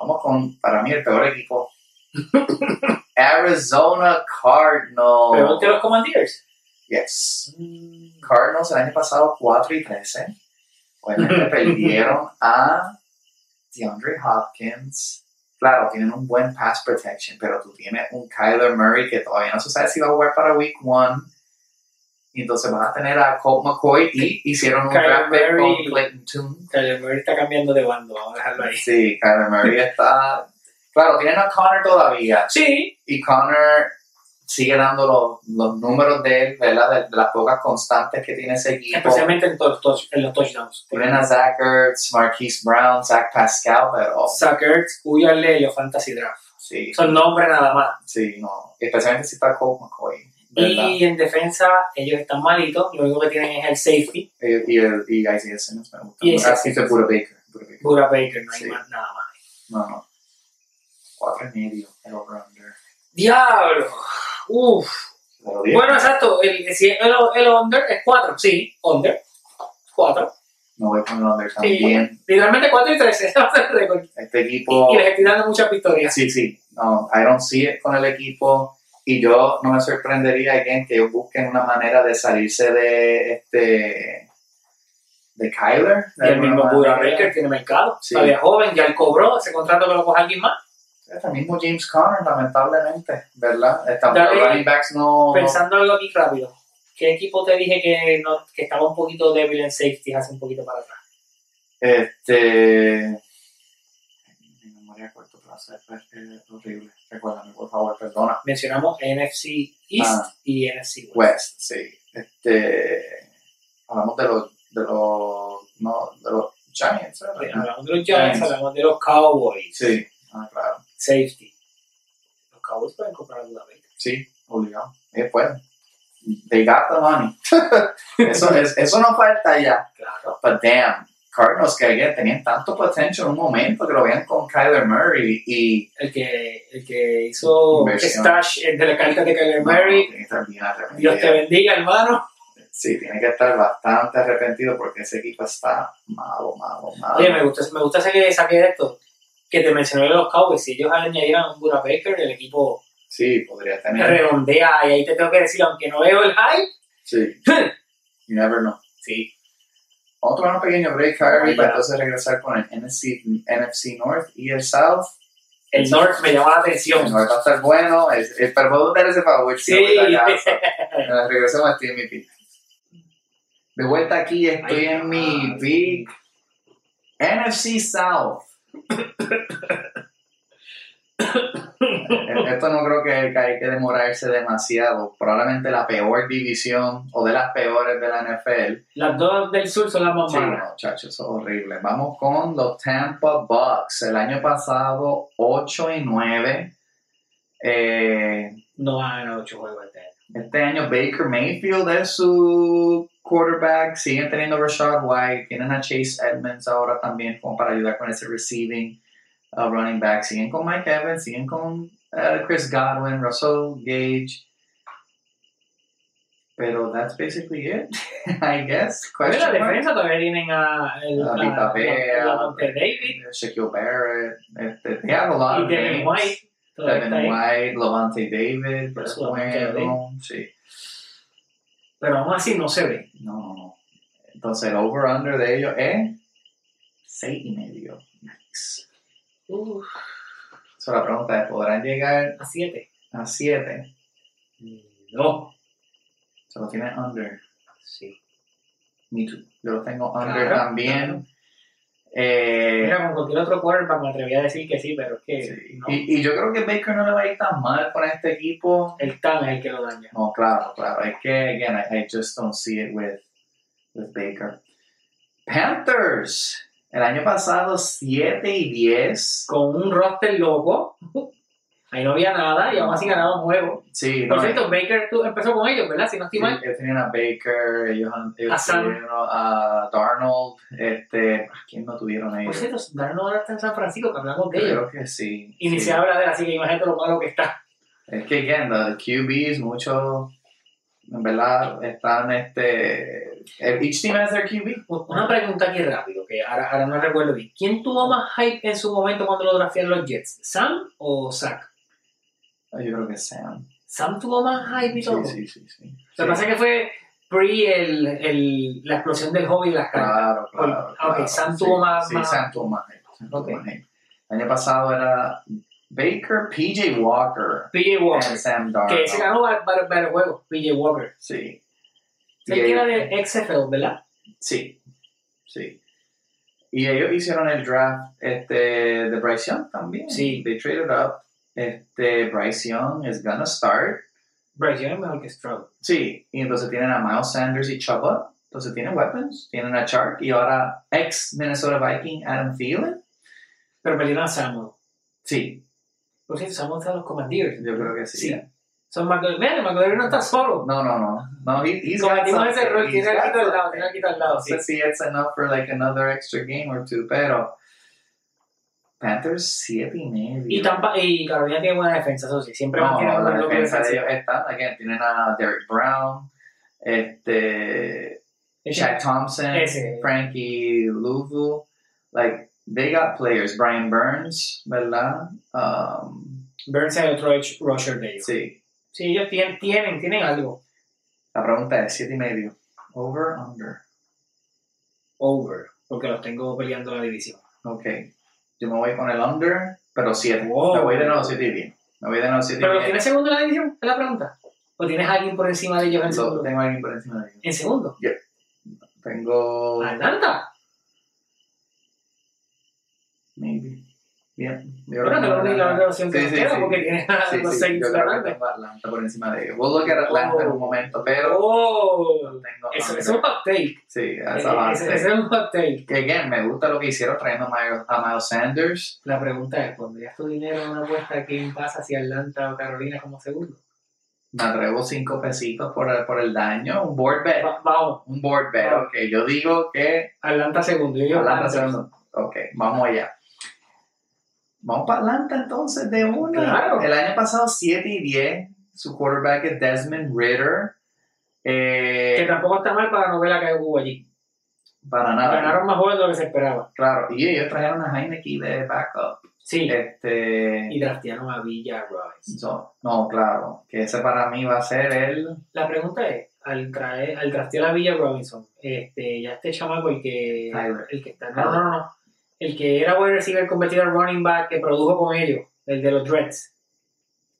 Speaker 1: Vamos con, para mí, el peor equipo. <laughs> Arizona Cardinals.
Speaker 2: Pero que los Commanders.
Speaker 1: Yes.
Speaker 2: Mm.
Speaker 1: Cardinals el año pasado 4 y 13.
Speaker 2: <laughs>
Speaker 1: Obviamente perdieron a DeAndre Hopkins. Claro, tienen un buen pass protection, pero tú tienes un Kyler Murray que todavía no se sabe si va a jugar para Week 1. Y entonces van a tener a Colt McCoy y hicieron un
Speaker 2: Kyler
Speaker 1: draft pick con
Speaker 2: Murray.
Speaker 1: Clayton Tune.
Speaker 2: Kyler Murray está cambiando de bando, vamos a dejarlo ahí.
Speaker 1: Sí, Kyler Murray está... Claro, tienen a Connor todavía.
Speaker 2: Sí,
Speaker 1: Y Connor sigue dando los, los números de él, ¿verdad? De, de las pocas constantes que tiene ese equipo.
Speaker 2: especialmente en, to- touch- en los touchdowns.
Speaker 1: Tienen a Zach Ertz, Marquise Brown, Zach Pascal, pero
Speaker 2: Sackers, Cuyarle y los Fantasy Draft.
Speaker 1: sí,
Speaker 2: Son nombres nada más.
Speaker 1: sí, no. Especialmente si está Colt McCoy, ¿verdad?
Speaker 2: Y en defensa, ellos están malitos. Lo único que tienen es el safety,
Speaker 1: Y, y, el- y Isaiah Simmons me gusta.
Speaker 2: Y Isaiah
Speaker 1: Así que Buda Baker. Buda Baker.
Speaker 2: Buda Baker, no hay
Speaker 1: Sí.
Speaker 2: más, nada más.
Speaker 1: No, no. Cuatro y medio, el over-under.
Speaker 2: ¡Diablo! Uf.
Speaker 1: Te lo digo.
Speaker 2: Bueno, exacto. El, si el, el under es 4. Sí, under. 4.
Speaker 1: Me voy con el under también.
Speaker 2: Literalmente 4 y 13. <laughs> Ese va a ser el récord.
Speaker 1: Este equipo...
Speaker 2: Y, y les estoy dando muchas victorias.
Speaker 1: Sí, sí. No, I don't see it con el equipo. Y yo no me sorprendería, again, que ellos busquen una manera de salirse de este... De Kyler.
Speaker 2: Y el mismo
Speaker 1: Buda
Speaker 2: Buda Baker tiene mercado.
Speaker 1: Sí.
Speaker 2: Todavía joven, ya él cobró ese contrato que lo coja alguien más.
Speaker 1: Este mismo James Conner, lamentablemente, ¿verdad? Estamos los
Speaker 2: Dale.
Speaker 1: running backs no.
Speaker 2: Pensando algo aquí rápido. ¿Qué equipo te dije que, no, que estaba un poquito débil en safety hace un poquito para atrás?
Speaker 1: Este. Mi memoria a corto plazo es eh, horrible. Recuérdame, por favor, perdona.
Speaker 2: Mencionamos NFC East
Speaker 1: Ah.
Speaker 2: y NFC West.
Speaker 1: West, Pues, sí. Este. Hablamos de los. De los. No, de los Giants,
Speaker 2: Oye,
Speaker 1: ¿verdad?
Speaker 2: Hablamos de los Giants,
Speaker 1: Giants.
Speaker 2: hablamos de los Cowboys.
Speaker 1: Sí. Ah, claro.
Speaker 2: Safety. Los Cowboys pueden comprar a Buda Baker.
Speaker 1: Sí, obligado. Eh, pues, Ellos pueden. They got the money. <laughs> eso, es, eso no falta ya.
Speaker 2: Claro.
Speaker 1: But damn, Cardinals que ayer tenían tanto potencial en un momento que lo veían con Kyler Murray y.
Speaker 2: El que, el que hizo
Speaker 1: Inversión.
Speaker 2: Stash el de la carta de Kyler Murray.
Speaker 1: No, tiene que estar bien arrepentido.
Speaker 2: Dios te bendiga, hermano.
Speaker 1: Sí, tiene que estar bastante arrepentido porque ese equipo está malo, malo, malo.
Speaker 2: Oye, me gusta, me gusta ese que saqué de esto. Que te mencioné de los Cowboys. Si ellos añadieran un Buda Baker, el equipo
Speaker 1: Sí, podría tener.
Speaker 2: redondea. Y ahí te tengo que decir, aunque no veo el hype.
Speaker 1: Sí.
Speaker 2: <laughs>
Speaker 1: You never know.
Speaker 2: Sí.
Speaker 1: Vamos a tomar un pequeño break, Kyrie,
Speaker 2: Ay,
Speaker 1: para
Speaker 2: ya.
Speaker 1: entonces regresar con el NFC, NFC North y el South.
Speaker 2: El North me llama la atención.
Speaker 1: No va a estar bueno. El, el perdón de ese favor.
Speaker 2: Sí.
Speaker 1: Regresemos a estoy en mi pick. De vuelta aquí, estoy en mi pick. NFC South. Eh, Esto no creo que, que hay que demorarse demasiado. Probablemente la peor división o de las peores de la NFL.
Speaker 2: Las dos del sur son las más
Speaker 1: Sí,
Speaker 2: malas.
Speaker 1: no, chacho, eso es horrible. Vamos con los Tampa Bucks. El año pasado 8 y 9. Eh,
Speaker 2: No van a ganar ocho juegos este año.
Speaker 1: este año Baker Mayfield es su quarterback. Siguen teniendo Rashad White. Tienen a Chase Edmonds ahora también como para ayudar con ese receiving uh, running back. Siguen con Mike Evans. Siguen con uh, Chris Godwin, Russell Gage. Pero that's basically it, <laughs> I guess.
Speaker 2: Pero la
Speaker 1: Question mark.
Speaker 2: defensa todavía tienen a. El,
Speaker 1: Pues, A Vita Vea,
Speaker 2: la Monte David
Speaker 1: Shaquille Barrett. Este, they have a lot
Speaker 2: y
Speaker 1: of
Speaker 2: Devin
Speaker 1: names.
Speaker 2: White. todavía
Speaker 1: Devin
Speaker 2: está ahí.
Speaker 1: White, Levante David,
Speaker 2: Pero
Speaker 1: pero
Speaker 2: eso, Lavonte
Speaker 1: bueno, sí.
Speaker 2: Pero aún así no se ve.
Speaker 1: No, no, no. Entonces el over-under de ellos es seis y medio. Nice.
Speaker 2: Uf,
Speaker 1: So, la pregunta es, ¿podrán llegar
Speaker 2: a 7.
Speaker 1: a siete?
Speaker 2: No.
Speaker 1: Se lo tienen under.
Speaker 2: Sí.
Speaker 1: Me too. Yo lo tengo under
Speaker 2: Claro,
Speaker 1: también.
Speaker 2: claro.
Speaker 1: Eh,
Speaker 2: Mira, con cualquier otro quarterback me atreví a decir que sí, pero es que.
Speaker 1: sí.
Speaker 2: No.
Speaker 1: y, y yo creo que Baker no le va a ir tan mal con este equipo.
Speaker 2: El Tan es el que lo daña.
Speaker 1: No, claro, claro. Es que, again, I, I just don't see it with, with Baker. Panthers. El año pasado 7 y 10.
Speaker 2: Con un roster loco. <laughs> Ahí no había nada y aún así ganaban juegos.
Speaker 1: Sí,
Speaker 2: Por
Speaker 1: no,
Speaker 2: cierto, Baker tú empezó con ellos, ¿verdad? Si no estoy
Speaker 1: sí,
Speaker 2: mal.
Speaker 1: ellos tenían a Baker, ellos, han- ellos
Speaker 2: A Sam.
Speaker 1: tuvieron a Darnold. Este, ¿A quién no tuvieron
Speaker 2: Por
Speaker 1: ellos?
Speaker 2: cierto, Darno ahora está en San Francisco, que hablamos de ellos.
Speaker 1: Creo que sí.
Speaker 2: Y ni
Speaker 1: sí.
Speaker 2: se habla de él, así que imagínate lo malo que <laughs> está.
Speaker 1: Es que, again, los QBs, muchos, en verdad, están, este, each team has their QB.
Speaker 2: Una pregunta aquí rápido, que ahora, ahora no recuerdo bien. ¿Quién tuvo más hype en su momento cuando lo draftearon los Jets? ¿Sam o Zach?
Speaker 1: Yo creo que Sam.
Speaker 2: Sam tuvo más hype y todo.
Speaker 1: Sí, sí, sí. sí.
Speaker 2: Lo que pasa es que fue pre el, el- la explosión del hobby de
Speaker 1: Ah.
Speaker 2: las cartas.
Speaker 1: Claro,
Speaker 2: Por-
Speaker 1: claro.
Speaker 2: ah, ok,
Speaker 1: claro.
Speaker 2: Sam
Speaker 1: Sí,
Speaker 2: tuvo más-
Speaker 1: Sí,
Speaker 2: más-
Speaker 1: Sam tuvo más hype, Sam tuvo
Speaker 2: Ok.
Speaker 1: más hype. El año pasado era Baker, PJ Walker,
Speaker 2: PJ
Speaker 1: y
Speaker 2: Walker.
Speaker 1: Sam
Speaker 2: Que
Speaker 1: Darnold.
Speaker 2: se ganó varios juegos, PJ Walker.
Speaker 1: Sí.
Speaker 2: Se
Speaker 1: Y
Speaker 2: era
Speaker 1: ellos-
Speaker 2: de XFL, ¿verdad?
Speaker 1: Sí, sí. Y ellos hicieron el draft este, de Bryce Young también.
Speaker 2: Sí.
Speaker 1: They traded up. Este, Bryce Young is gonna start.
Speaker 2: Bryce Young es mejor que Stroud.
Speaker 1: Sí, y entonces tienen a Miles Sanders y Chuba. Entonces tienen weapons, tienen a Chark y ahora ex Minnesota Viking Adam Thielen.
Speaker 2: Pero perdieron a Samuel.
Speaker 1: Sí,
Speaker 2: Por cierto, Samuel está en los Commanders.
Speaker 1: yo creo que sí.
Speaker 2: Sí. Son McLaren. Vean, McLaren no está solo.
Speaker 1: No, no, no. No, he, he's
Speaker 2: Cometimos
Speaker 1: got
Speaker 2: ese
Speaker 1: something.
Speaker 2: error.
Speaker 1: He's
Speaker 2: Tiene el
Speaker 1: got
Speaker 2: quito al lado.
Speaker 1: something.
Speaker 2: Tiene el quito al lado. Sí.
Speaker 1: Let's see it's enough for like another extra game or two, pero Panthers 7 y medio.
Speaker 2: Y, Tampa, y Carolina tiene buena defensa, eso sí. Siempre
Speaker 1: no,
Speaker 2: mantiene un
Speaker 1: la
Speaker 2: buen bloque
Speaker 1: defensa de
Speaker 2: defensivo.
Speaker 1: ellos está, again, tienen a Derek Brown, este, Shaq Thompson,
Speaker 2: Ese.
Speaker 1: Frankie Louvu, like, they got players, Brian Burns, ¿verdad? Um,
Speaker 2: Burns y otro edge rusher de ellos. Sí,
Speaker 1: sí,
Speaker 2: ellos tienen, tienen, tienen algo.
Speaker 1: la pregunta es 7 y medio, over, under.
Speaker 2: Over. Porque los tengo peleando la división.
Speaker 1: Ok. Yo me voy con el under, pero 7.
Speaker 2: Wow.
Speaker 1: Me voy de nuevo 7 y 10. Me voy de nuevo 7
Speaker 2: ¿Pero los
Speaker 1: y
Speaker 2: tienes segundo en la división? Es la pregunta. ¿O tienes a alguien por encima de ellos en
Speaker 1: 10. Lo
Speaker 2: segundo?
Speaker 1: tengo alguien por encima de mí.
Speaker 2: En segundo.
Speaker 1: Tengo.
Speaker 2: Atlanta.
Speaker 1: Maybe. Bien. Yo
Speaker 2: Bueno,
Speaker 1: creo
Speaker 2: pero
Speaker 1: que
Speaker 2: la única relación que
Speaker 1: Sí,
Speaker 2: nos
Speaker 1: sí,
Speaker 2: queda
Speaker 1: sí.
Speaker 2: porque tienes a
Speaker 1: Sí,
Speaker 2: los
Speaker 1: sí,
Speaker 2: seis
Speaker 1: yo
Speaker 2: para
Speaker 1: creo que
Speaker 2: adelante.
Speaker 1: tengo a Atlanta por encima de ellos. We'll look at Atlanta en un
Speaker 2: Oh.
Speaker 1: momento, pero
Speaker 2: Oh,
Speaker 1: tengo
Speaker 2: eso,
Speaker 1: under.
Speaker 2: eso es un hot take.
Speaker 1: Sí,
Speaker 2: Eh,
Speaker 1: esa va a
Speaker 2: Ese
Speaker 1: ser.
Speaker 2: ese es un hot take.
Speaker 1: Que again, me gusta lo que hicieron trayendo a Miles, a Miles Sanders.
Speaker 2: La pregunta es, ¿pondrías tu dinero en una apuesta que pasa hacia Atlanta o Carolina como segundo?
Speaker 1: Me atrevo 5 pesitos por el, por el daño. Un board bet.
Speaker 2: Eh, Va- vamos,
Speaker 1: Un board bet.
Speaker 2: Ah.
Speaker 1: Ok, yo digo que
Speaker 2: Atlanta segundo. Yo digo
Speaker 1: Atlanta
Speaker 2: Panthers.
Speaker 1: segundo. Ok, vamos allá. Vamos para Atlanta entonces de una.
Speaker 2: Claro.
Speaker 1: El año pasado 7 y 10. Su quarterback es Desmond Ritter. Eh,
Speaker 2: Que tampoco está mal para la novela que hubo allí.
Speaker 1: para nada.
Speaker 2: Ganaron más juegos de lo que se esperaba.
Speaker 1: Claro. Y ellos trajeron a Heineken de backup.
Speaker 2: Sí.
Speaker 1: Este.
Speaker 2: Y draftearon a Villa Robbins.
Speaker 1: so- no, claro. Que ese para mí va a ser el.
Speaker 2: La pregunta es, al traer, al trastear a Villa Robinson, este, ya este chamaco el que,
Speaker 1: Tyler.
Speaker 2: el que está, no, no, no, no. el que era wide receiver convertido al running back que produjo con ellos, el de los Dreads.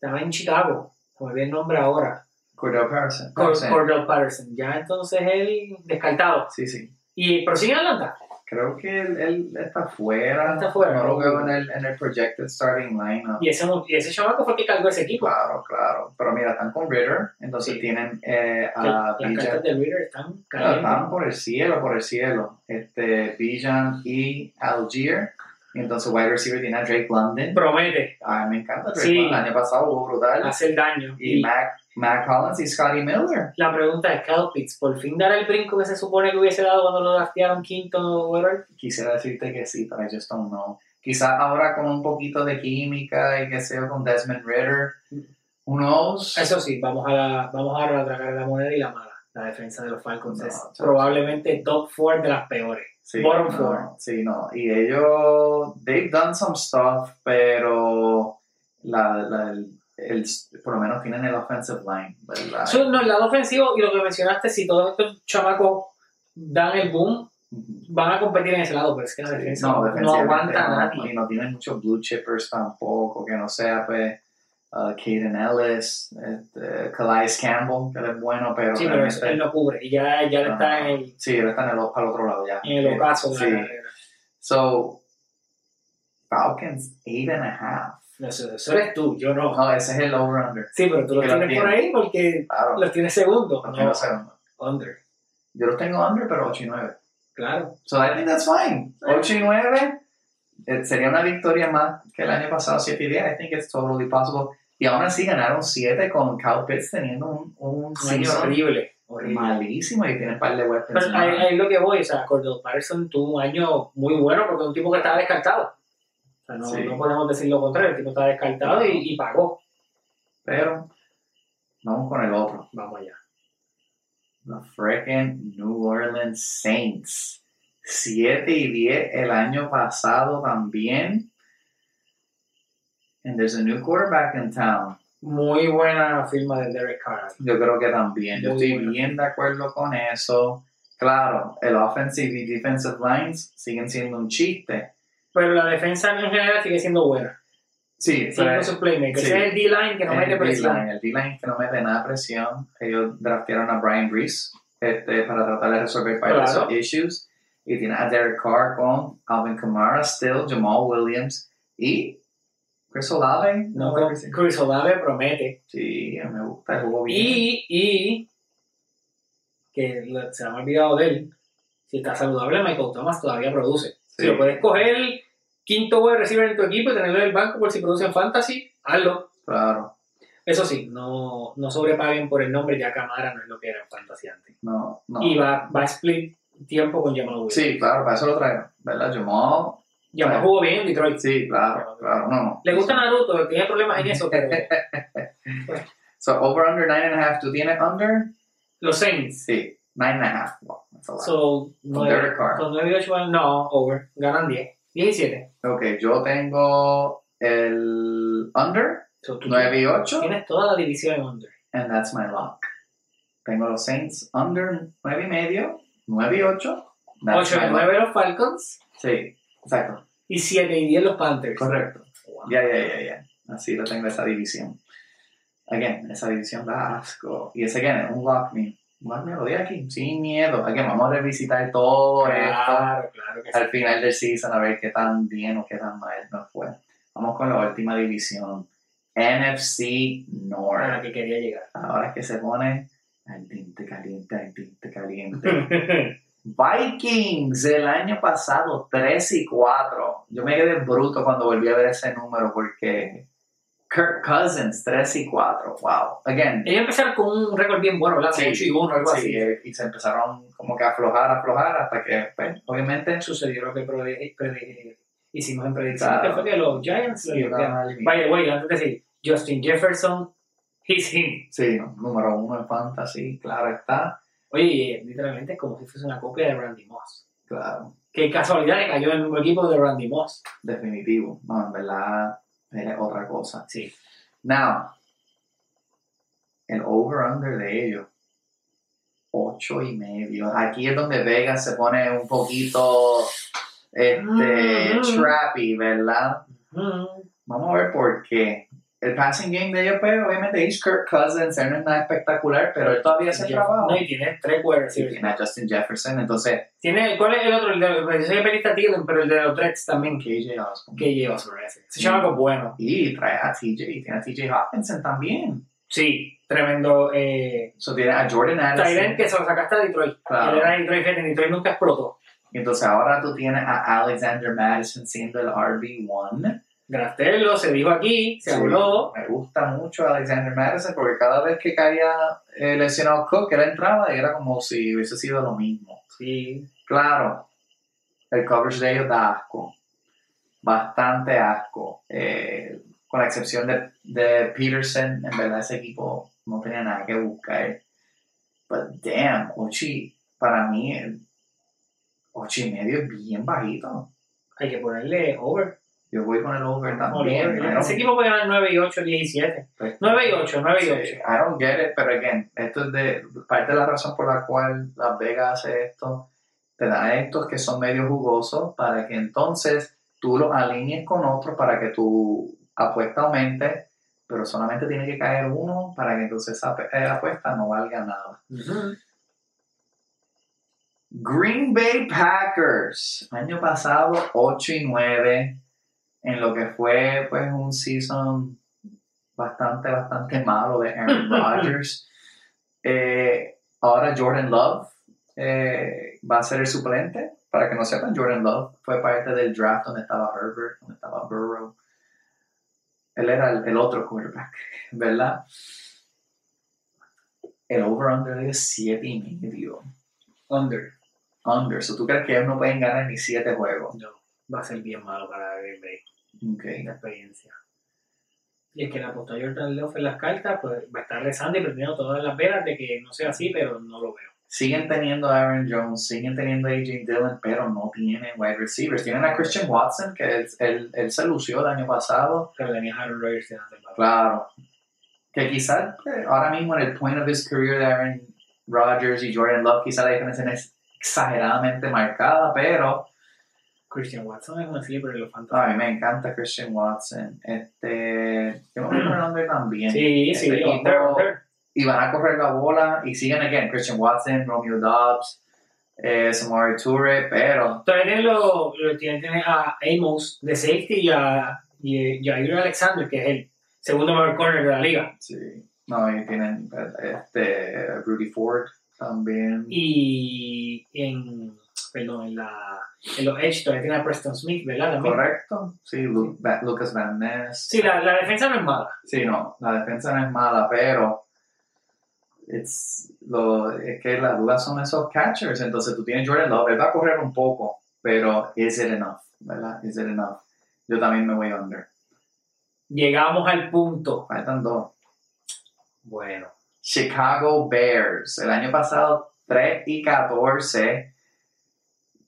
Speaker 2: Estaba en Chicago, se me olvidé el nombre ahora.
Speaker 1: Cordell Patterson.
Speaker 2: Cor-
Speaker 1: Patterson.
Speaker 2: Cordell Patterson. Ya entonces él descartado.
Speaker 1: Sí, sí.
Speaker 2: Y pero sigue en Atlanta.
Speaker 1: Creo que él, él está fuera.
Speaker 2: Está fuera.
Speaker 1: No lo veo en el, en el projected starting lineup.
Speaker 2: Y ese, mu- y ese chamaco fue el que cargó ese equipo.
Speaker 1: Claro, claro. Pero mira, están con Ritter, entonces
Speaker 2: Sí.
Speaker 1: tienen eh,
Speaker 2: Que
Speaker 1: a
Speaker 2: las
Speaker 1: Bijan.
Speaker 2: cartas de Reader están
Speaker 1: Claro,
Speaker 2: calientes.
Speaker 1: están por el cielo, por el cielo. Este, Bijan y Algier. Y entonces wide receiver tiene a Drake London.
Speaker 2: Promete
Speaker 1: Ay, me encanta Drake
Speaker 2: Sí. Ah,
Speaker 1: London. El año pasado hubo brutal.
Speaker 2: hacer daño.
Speaker 1: Y
Speaker 2: Y
Speaker 1: Mac, Mac Collins y Scotty Miller.
Speaker 2: la pregunta es, Kyle Pitts, ¿por fin dará el brinco que se supone que hubiese dado cuando lo draftearon quinto o whatever?
Speaker 1: Quisiera decirte que sí, pero I just don't know. Quizás ahora con un poquito de química y que sea con Desmond Ritter. Who knows?
Speaker 2: Eso sí, vamos a, la- vamos ahora a tragar la moneda y la mala. La defensa de los Falcons
Speaker 1: No,
Speaker 2: es
Speaker 1: chacho.
Speaker 2: probablemente top four de las peores.
Speaker 1: Sí,
Speaker 2: Bottom
Speaker 1: no,
Speaker 2: floor.
Speaker 1: Sí, no. Y ellos, they've done some stuff, pero la, la- el, el- por lo menos tienen el offensive line, ¿verdad?
Speaker 2: Eso no, el lado ofensivo y lo que mencionaste, si todos estos chamacos dan el boom,
Speaker 1: Ujú.
Speaker 2: van a competir en ese lado, pero es que la defensa no,
Speaker 1: defensivamente
Speaker 2: aguanta a
Speaker 1: no,
Speaker 2: nadie.
Speaker 1: Y no tienen muchos blue chippers tampoco, que no sea, pues, uh, Caden Ellis, este, Calais Campbell, que él es bueno, pero
Speaker 2: Sí, pero eso,
Speaker 1: realmente-
Speaker 2: él no cubre y ya, ya él
Speaker 1: No,
Speaker 2: está
Speaker 1: no.
Speaker 2: en el,
Speaker 1: Sí, él está en el, para el otro lado ya.
Speaker 2: en el ocaso de
Speaker 1: Sí.
Speaker 2: la carrera.
Speaker 1: So, Falcons, eight and a half.
Speaker 2: No, eso, eso eres tú, yo no.
Speaker 1: No, ese es el over-under.
Speaker 2: Sí, pero tú los
Speaker 1: Que lo
Speaker 2: tienes por ahí porque
Speaker 1: Claro,
Speaker 2: los tienes segundos.
Speaker 1: no
Speaker 2: No,
Speaker 1: tengo segundo.
Speaker 2: under,
Speaker 1: Yo los tengo under, pero 8 y 9.
Speaker 2: claro.
Speaker 1: So I think that's fine. 8 y 9 eh, sería una victoria más que el año pasado, 7 y 10. I think it's totally possible. Y aún así ganaron 7 con Cal Pitts teniendo un, un
Speaker 2: Un año
Speaker 1: season
Speaker 2: horrible. horrible.
Speaker 1: malísimo y tiene un par de
Speaker 2: Pero
Speaker 1: weapons.
Speaker 2: ahí,
Speaker 1: más.
Speaker 2: ahí lo que voy, o sea, Cordell Patterson tuvo un año muy bueno porque es un tipo que estaba descartado. O sea, no,
Speaker 1: Sí.
Speaker 2: no podemos decir lo contrario, el tipo estaba descartado y, y pagó.
Speaker 1: Pero vamos con el otro.
Speaker 2: Vamos allá.
Speaker 1: Los freaking New Orleans Saints. 7 y 10 el año pasado también. And there's a new quarterback in town.
Speaker 2: Muy buena firma de Derek Carr.
Speaker 1: Yo creo que también. Yo
Speaker 2: Muy
Speaker 1: estoy
Speaker 2: bueno.
Speaker 1: bien de acuerdo con eso. Claro, el offensive y defensive lines siguen siendo un chiste.
Speaker 2: Pero la defensa en general sigue siendo buena.
Speaker 1: Sí,
Speaker 2: Siendo
Speaker 1: pero
Speaker 2: sus playmakers.
Speaker 1: sí.
Speaker 2: Ese es el D-line que no mete
Speaker 1: el
Speaker 2: presión.
Speaker 1: D-line, el D-line que no mete nada presión. Ellos draftearon a Brian Reese este, para tratar de resolver parte de
Speaker 2: Claro.
Speaker 1: esos issues. Y tiene a Derek Carr con Alvin Kamara, Still, Jamal Williams y Chris Olave.
Speaker 2: No, Chris Olave promete.
Speaker 1: Sí, me gusta el juego bien.
Speaker 2: Y, y que lo- se me ha olvidado de él, si está saludable, Michael Thomas todavía produce. Si
Speaker 1: Sí.
Speaker 2: lo puedes coger quinto wide receiver en tu equipo y tenerlo en el banco por si producen fantasy, hazlo.
Speaker 1: Claro.
Speaker 2: Eso sí, no, no sobrepaguen por el nombre, ya Camara no es lo que era en fantasy antes.
Speaker 1: No, no.
Speaker 2: Y va, va a split tiempo con Jamal Williams.
Speaker 1: Sí, claro, para eso lo trajeron. ¿Verdad? Jamal
Speaker 2: Jamal jugó bien en Detroit.
Speaker 1: Sí, claro, claro, no, no.
Speaker 2: Le gusta Naruto, tiene problemas en eso,
Speaker 1: <laughs>
Speaker 2: pero
Speaker 1: So, over under 9.5, ¿tú tienes under?
Speaker 2: los Saints.
Speaker 1: Sí, 9.5. Wow, that's a lot.
Speaker 2: So,
Speaker 1: Con
Speaker 2: nueve-
Speaker 1: Derek Carr.
Speaker 2: con 9 y 8 van- no, over, ganan 10. 17.
Speaker 1: ok, yo tengo el under,
Speaker 2: So, tú
Speaker 1: 9 y 8,
Speaker 2: Tienes toda la división en under.
Speaker 1: and that's my lock. Tengo los Saints under 9 y medio, 9 y 8.
Speaker 2: 8 y 9 los Falcons
Speaker 1: Sí, exacto,
Speaker 2: y 7 y 10 los Panthers.
Speaker 1: correcto.
Speaker 2: Wow.
Speaker 1: Ya, ya, ya, ya. Así lo tengo esa división. Again, esa división da asco. Y ese, again, es un lock me. Lock me lo di aquí, sin miedo. Again, vamos a revisitar todo esto.
Speaker 2: Claro, claro que sí.
Speaker 1: al final del season a ver qué tan bien o qué tan mal nos fue. Vamos con la última división, NFC
Speaker 2: A la
Speaker 1: North.
Speaker 2: que quería <laughs> llegar.
Speaker 1: Ahora es que se pone al tinte caliente, al tinte caliente.
Speaker 2: <laughs>
Speaker 1: Vikings el año pasado, 3 y 4. Yo me quedé bruto cuando volví a ver ese número porque Kirk Cousins, 3 y 4. Wow. Again,
Speaker 2: Ellos empezaron con un récord bien bueno, ¿verdad?
Speaker 1: Sí.
Speaker 2: 8 y 1, algo
Speaker 1: sí,
Speaker 2: así.
Speaker 1: eh, y se empezaron como que a aflojar, a aflojar hasta que, pues, obviamente,
Speaker 2: Sucedió lo que prode- prede- hicimos en predicción,
Speaker 1: Claro.
Speaker 2: que fue que los Giants lo
Speaker 1: iban
Speaker 2: llevaron.
Speaker 1: a eliminar.
Speaker 2: By the way, antes de decir, Justin Jefferson, he's him.
Speaker 1: Sí, número uno en fantasy, claro está.
Speaker 2: Oye, y, eh, literalmente es como si fuese una copia de Randy Moss.
Speaker 1: Claro,
Speaker 2: Qué casualidad que cayó en el mismo equipo de Randy Moss.
Speaker 1: definitivo. No, en verdad, es otra cosa.
Speaker 2: Sí.
Speaker 1: Now, el over-under de ellos, ocho y medio. Aquí es donde Vegas se pone un poquito este,
Speaker 2: Mm.
Speaker 1: trappy, ¿verdad?
Speaker 2: Mm.
Speaker 1: Vamos a ver por qué. El passing game de ellos, pues, obviamente, es Kirk Cousins, él no es nada espectacular, pero él todavía hace el trabajo.
Speaker 2: No, y tiene tres wide
Speaker 1: Y
Speaker 2: receivers.
Speaker 1: tiene a Justin Jefferson, entonces,
Speaker 2: Tiene, ¿Cuál es el otro? El de los Yo soy pelista Dylan, pero el de los Dreads también.
Speaker 1: KJ Osborne.
Speaker 2: Que lleva sobre ese. Se llama algo bueno.
Speaker 1: Y trae a TJ, y tiene a TJ Hopkinson también.
Speaker 2: Sí, tremendo. Eh,
Speaker 1: So, tiene a Jordan
Speaker 2: Tyrant
Speaker 1: Addison.
Speaker 2: que se lo sacaste a Detroit.
Speaker 1: Claro.
Speaker 2: Él era de Detroit, fíjate, Detroit nunca explotó.
Speaker 1: Y Entonces, ahora tú tienes a Alexander Madison siendo el RB1.
Speaker 2: Grastelo se dijo aquí, se
Speaker 1: Sí.
Speaker 2: habló.
Speaker 1: Me gusta mucho Alexander Madison porque cada vez que caía eh, lesionado Cook, él entraba y era como si hubiese sido lo mismo.
Speaker 2: Sí.
Speaker 1: Claro, el coverage de ellos da asco. Bastante asco. Eh, con la excepción de, de Peterson, en verdad ese equipo no tenía nada que buscar. But damn, Ochi, para mí, el ocho y medio es bien bajito.
Speaker 2: Hay que ponerle over.
Speaker 1: Yo voy con el over
Speaker 2: over.
Speaker 1: también. I don't-
Speaker 2: Ese equipo puede ganar 9 y 8, 10 y 7.
Speaker 1: pues,
Speaker 2: 9 y 8, 9 y 8.
Speaker 1: Sí, I don't get it, pero again, esto es de parte de la razón por la cual Las Vegas hace esto. Te da estos que son medio jugosos para que entonces tú los alinees con otros para que tu apuesta aumente, pero solamente tiene que caer uno para que entonces esa pe- eh, apuesta no valga nada.
Speaker 2: Ujú.
Speaker 1: Green Bay Packers, año pasado 8 y 9, en lo que fue pues un season bastante, bastante malo de Aaron Rodgers. Eh, ahora Jordan Love eh, va a ser el suplente. Para que no sepan, Jordan Love fue parte del draft donde estaba Herbert, donde estaba Burrow. Él era el, el otro quarterback, ¿verdad? El over-under es 7 y medio
Speaker 2: Under.
Speaker 1: under. So, ¿Tú crees que ellos no pueden ganar ni siete juegos?
Speaker 2: No, va a ser bien malo para Green Bay.
Speaker 1: Ok.
Speaker 2: la experiencia. Y es que la apostó Jordan Love en las cartas, pues va a estar rezando y perdiendo todas las velas de que no sea así, pero no lo veo.
Speaker 1: Siguen teniendo a Aaron Jones, siguen teniendo a AJ Dillon, pero no tienen wide receivers. Tienen a Christian Watson, que él, él- él se lució el año pasado.
Speaker 2: Pero tenía a Aaron Rodgers tirando el balón.
Speaker 1: Claro. Que quizás eh, ahora mismo en el point of his career de Aaron Rodgers y Jordan Love, quizás la diferencia no es exageradamente marcada, pero
Speaker 2: Christian Watson es un sleeper de los
Speaker 1: a
Speaker 2: fantasmas.
Speaker 1: mí me encanta Christian Watson. Este, yo me voy con el under también.
Speaker 2: Sí,
Speaker 1: Este
Speaker 2: sí,
Speaker 1: equipo-
Speaker 2: under, under.
Speaker 1: y van a correr la bola y siguen again Christian Watson, Romeo Dobbs, eh, Samari Toure, pero
Speaker 2: Todavía tienes, lo, lo- tienes- tienes a Amos de safety y a y, y a Jair Alexander, que es el segundo mejor corner de la liga.
Speaker 1: sí, no, y tienen este Rudy Ford también.
Speaker 2: Y en, perdón, en, la, en los Edge todavía tiene a Preston Smith, ¿verdad? También.
Speaker 1: Correcto, sí, Lu- Va- Lucas Van Ness.
Speaker 2: Sí, la, la defensa no es mala.
Speaker 1: Sí, no, la defensa no es mala, pero it's- lo- es que las dudas son esos catchers. Entonces tú tienes Jordan Love, él va a correr un poco, pero is it enough? ¿Verdad? Is it enough? Yo también me voy under.
Speaker 2: Llegamos al punto.
Speaker 1: Faltan dos.
Speaker 2: Bueno.
Speaker 1: Chicago Bears. El año pasado 3 y 14.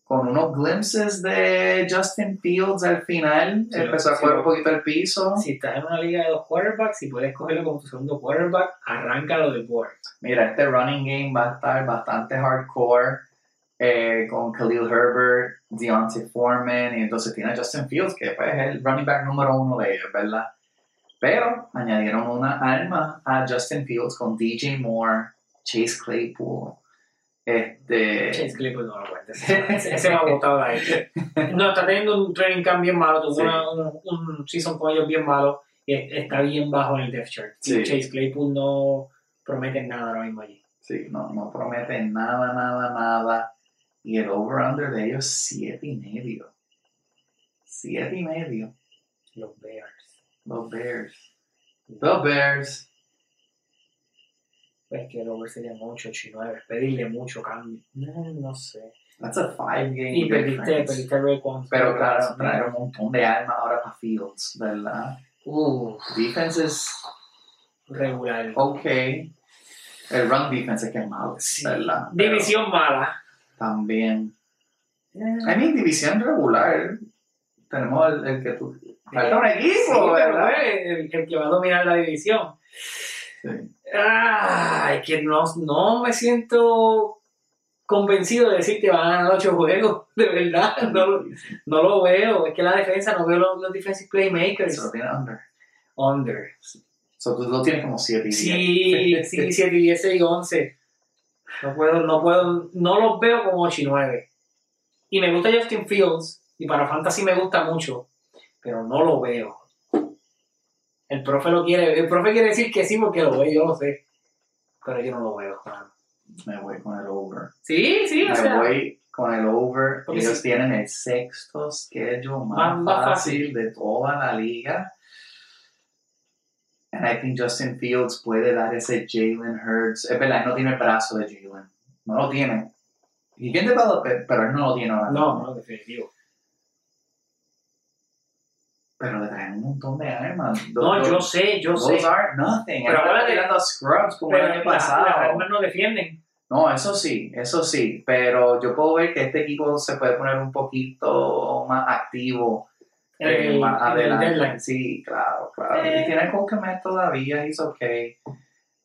Speaker 1: Con unos glimpses de Justin Fields al final.
Speaker 2: Sí,
Speaker 1: empezó a
Speaker 2: sí,
Speaker 1: jugar
Speaker 2: lo-
Speaker 1: un poquito el piso.
Speaker 2: si estás en una liga de dos quarterbacks, si puedes cogerlo como tu segundo quarterback, arráncalo del board.
Speaker 1: Mira, este running game va a estar bastante hardcore. eh, con Khalil Herbert, Deontay Foreman. Y entonces tiene a Justin Fields, que pues, es el running back número uno de ellos, ¿verdad? Pero añadieron una alma a Justin Fields con DJ Moore, Chase Claypool. Este,
Speaker 2: Chase Claypool no lo cuentes.
Speaker 1: <laughs>
Speaker 2: Ese ese me ha botado la gente. No, está teniendo un training camp bien malo. Tuvo
Speaker 1: Sí.
Speaker 2: una- un, un season con ellos bien malo. Y es- está bien bajo en el depth chart. Y
Speaker 1: Sí.
Speaker 2: Chase Claypool no promete nada ahora mismo allí.
Speaker 1: Sí, no, no promete nada, nada, nada. Y el over-under de ellos, siete y medio. Siete y medio.
Speaker 2: Los Bears.
Speaker 1: Los Bears. Los Bears.
Speaker 2: Pues que el over sería mucho, 8 y 9. Pedirle mucho cambio. No, no sé.
Speaker 1: That's a five game
Speaker 2: Y perdiste,
Speaker 1: difference.
Speaker 2: perdiste a Rayquan.
Speaker 1: Pero claro, traer un montón de alma ahora para Fields, ¿verdad?
Speaker 2: Uh,
Speaker 1: Defense es
Speaker 2: regular.
Speaker 1: ok. El run defense es que es malo,
Speaker 2: Sí.
Speaker 1: ¿verdad? Pero
Speaker 2: División mala.
Speaker 1: También.
Speaker 2: Eh.
Speaker 1: I mean, división regular. Tenemos el, el que tú... Falta un
Speaker 2: Sí,
Speaker 1: equipo,
Speaker 2: pero
Speaker 1: ¿verdad?
Speaker 2: fue el, el que va a dominar la división.
Speaker 1: Sí.
Speaker 2: Ay, que no, no me siento convencido de decir que van a ganar ocho juegos, <laughs> de verdad, no, lo- no lo veo, es que la defensa, no veo los, los defensive playmakers,
Speaker 1: Eso lo tiene under.
Speaker 2: under,
Speaker 1: So, tú lo tienes como 7 <laughs> y
Speaker 2: sí, sí, 7, 10, 6, 11, no puedo, no puedo, no los veo como 8 y 9, y me gusta Justin Fields, y para Fantasy me gusta mucho, pero no lo veo, el profe lo quiere, el profe quiere decir que sí porque lo ve, yo lo sé, pero yo no lo veo, mano.
Speaker 1: Me voy con el over.
Speaker 2: sí, sí, o
Speaker 1: Me
Speaker 2: sea,
Speaker 1: voy con el over.
Speaker 2: Porque
Speaker 1: Ellos
Speaker 2: sí.
Speaker 1: tienen el sexto schedule más,
Speaker 2: Más- más
Speaker 1: fácil de toda la liga. And I think Justin Fields puede dar ese Jalen Hurts. Es verdad, no tiene el brazo de Jalen. No lo tiene. Y bien develop it, pero él no lo tiene ahora.
Speaker 2: no,
Speaker 1: mismo.
Speaker 2: no, definitivo.
Speaker 1: Pero le traen un montón de armas.
Speaker 2: No,
Speaker 1: Those-
Speaker 2: yo sé, yo sé.
Speaker 1: Those are nothing.
Speaker 2: Pero
Speaker 1: Pero ahora
Speaker 2: acuérdate-
Speaker 1: tirando a scrubs como
Speaker 2: Pero
Speaker 1: el año
Speaker 2: la-
Speaker 1: pasado.
Speaker 2: las armas no defienden.
Speaker 1: No, eso sí, eso sí, pero yo puedo ver que este equipo se puede poner un poquito más activo
Speaker 2: en
Speaker 1: eh,
Speaker 2: el-
Speaker 1: más
Speaker 2: en el
Speaker 1: adelante.
Speaker 2: deadline.
Speaker 1: Sí, claro, claro.
Speaker 2: Eh.
Speaker 1: Y tiene con que meter todavía, es okay.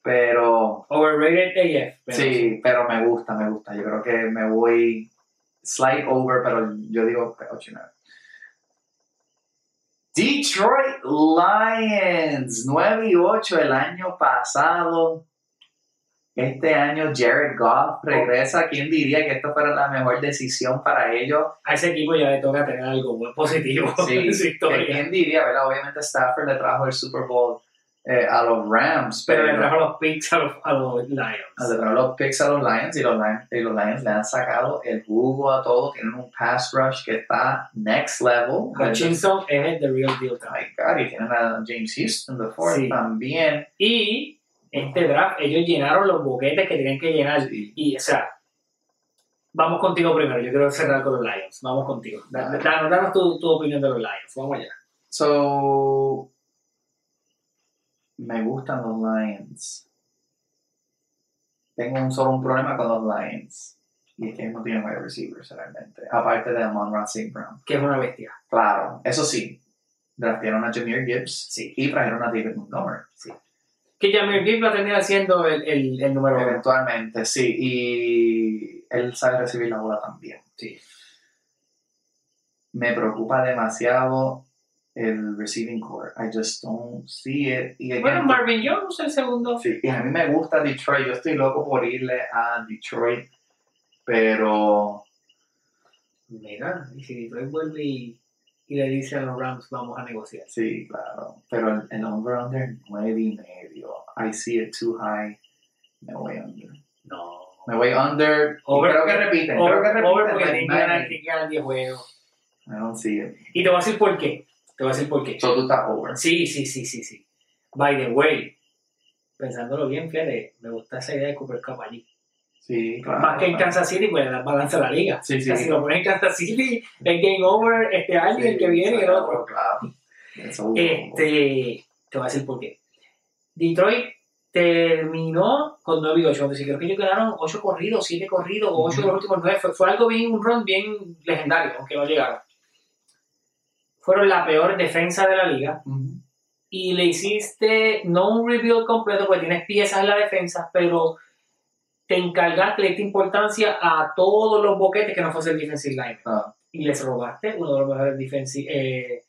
Speaker 1: Pero
Speaker 2: Overrated AF. pero-
Speaker 1: sí, pero me gusta, me gusta. Yo creo que me voy slide over, pero yo digo 8 9. Detroit Lions 9 y 8 el año pasado. Este año Jared Goff regresa. ¿Quién diría que esta fuera la mejor decisión para ellos?
Speaker 2: A ese equipo ya le toca tener algo muy positivo <laughs> en su
Speaker 1: que
Speaker 2: historia.
Speaker 1: ¿quién diría, verdad? Obviamente Stafford le trajo el Super Bowl eh, a los Rams,
Speaker 2: Pero
Speaker 1: pero,
Speaker 2: le trajo los picks a los, a los Lions.
Speaker 1: le trajo los picks a los Lions y los Lions, y los Lions le han sacado el jugo a todo. Tienen un pass rush que está next level. Pues,
Speaker 2: Hutchinson es el the real deal también.
Speaker 1: my God, y tienen a James Houston the fourth
Speaker 2: Sí.
Speaker 1: también.
Speaker 2: Y este draft, ellos llenaron los boquetes que tenían que llenar. Y, o sea, vamos contigo primero. Yo quiero cerrar con los Lions. Vamos contigo. Da- da- Danos, tu, tu opinión de los Lions. Vamos allá.
Speaker 1: So, me gustan los Lions. Tengo un solo un problema con los Lions. Y es que no tienen wide receivers realmente. Aparte de Amon Ross St. Brown.
Speaker 2: Que es una bestia.
Speaker 1: Claro, eso sí. Draftearon a Jameer Gibbs y trajeron a David Montgomery.
Speaker 2: Que Jamir Gibbs va a terminar siendo el, el, el número uno.
Speaker 1: Eventualmente, sí. Y él sabe recibir la bola también.
Speaker 2: Sí.
Speaker 1: Me preocupa demasiado el receiving core. I just don't see it. Y,
Speaker 2: Bueno,
Speaker 1: again,
Speaker 2: Marvin Jones el segundo.
Speaker 1: sí, y a mí me gusta Detroit. Yo estoy loco por irle a Detroit. Pero
Speaker 2: Mira, y si Detroit vuelve y, y le dice a los Rams, vamos a negociar.
Speaker 1: Sí, claro. Pero el, el over under 9 y medio. I see it too high. Me voy under.
Speaker 2: No.
Speaker 1: Me voy under. y
Speaker 2: Over-
Speaker 1: creo que repiten.
Speaker 2: Over,
Speaker 1: creo que repiten.
Speaker 2: over porque
Speaker 1: like,
Speaker 2: tienen que ganar,
Speaker 1: nine.
Speaker 2: tienen que ganar 10 juegos.
Speaker 1: I don't see it.
Speaker 2: Y te voy a decir por qué. Te voy a decir por qué.
Speaker 1: So tú estás over.
Speaker 2: Sí, sí, sí, sí, sí. By the way, pensándolo bien, fíjate, me gusta esa idea de Cooper Cup allí.
Speaker 1: Sí, claro.
Speaker 2: Más que en Kansas City, pues le da balance a la liga.
Speaker 1: Sí,
Speaker 2: O sea, si
Speaker 1: sí.
Speaker 2: lo ponen en Kansas City, el game over este año,
Speaker 1: Sí,
Speaker 2: el que viene y el otro.
Speaker 1: Claro. It's over.
Speaker 2: Este, te voy a decir por qué. Detroit terminó con 9 y 8. Entonces, creo que ellos ganaron 8 corridos, 7 corridos, o 8 de los últimos 9. Fue, fue algo bien, un run bien legendario, aunque no llegaron. Fueron la peor defensa de la liga.
Speaker 1: Ujú.
Speaker 2: Y le hiciste, no un rebuild completo, porque tienes piezas en la defensa, pero te encargaste, le diste importancia a todos los boquetes que no fuese el defensive line
Speaker 1: Ah,
Speaker 2: y les robaste uno de los mejores defensi- eh,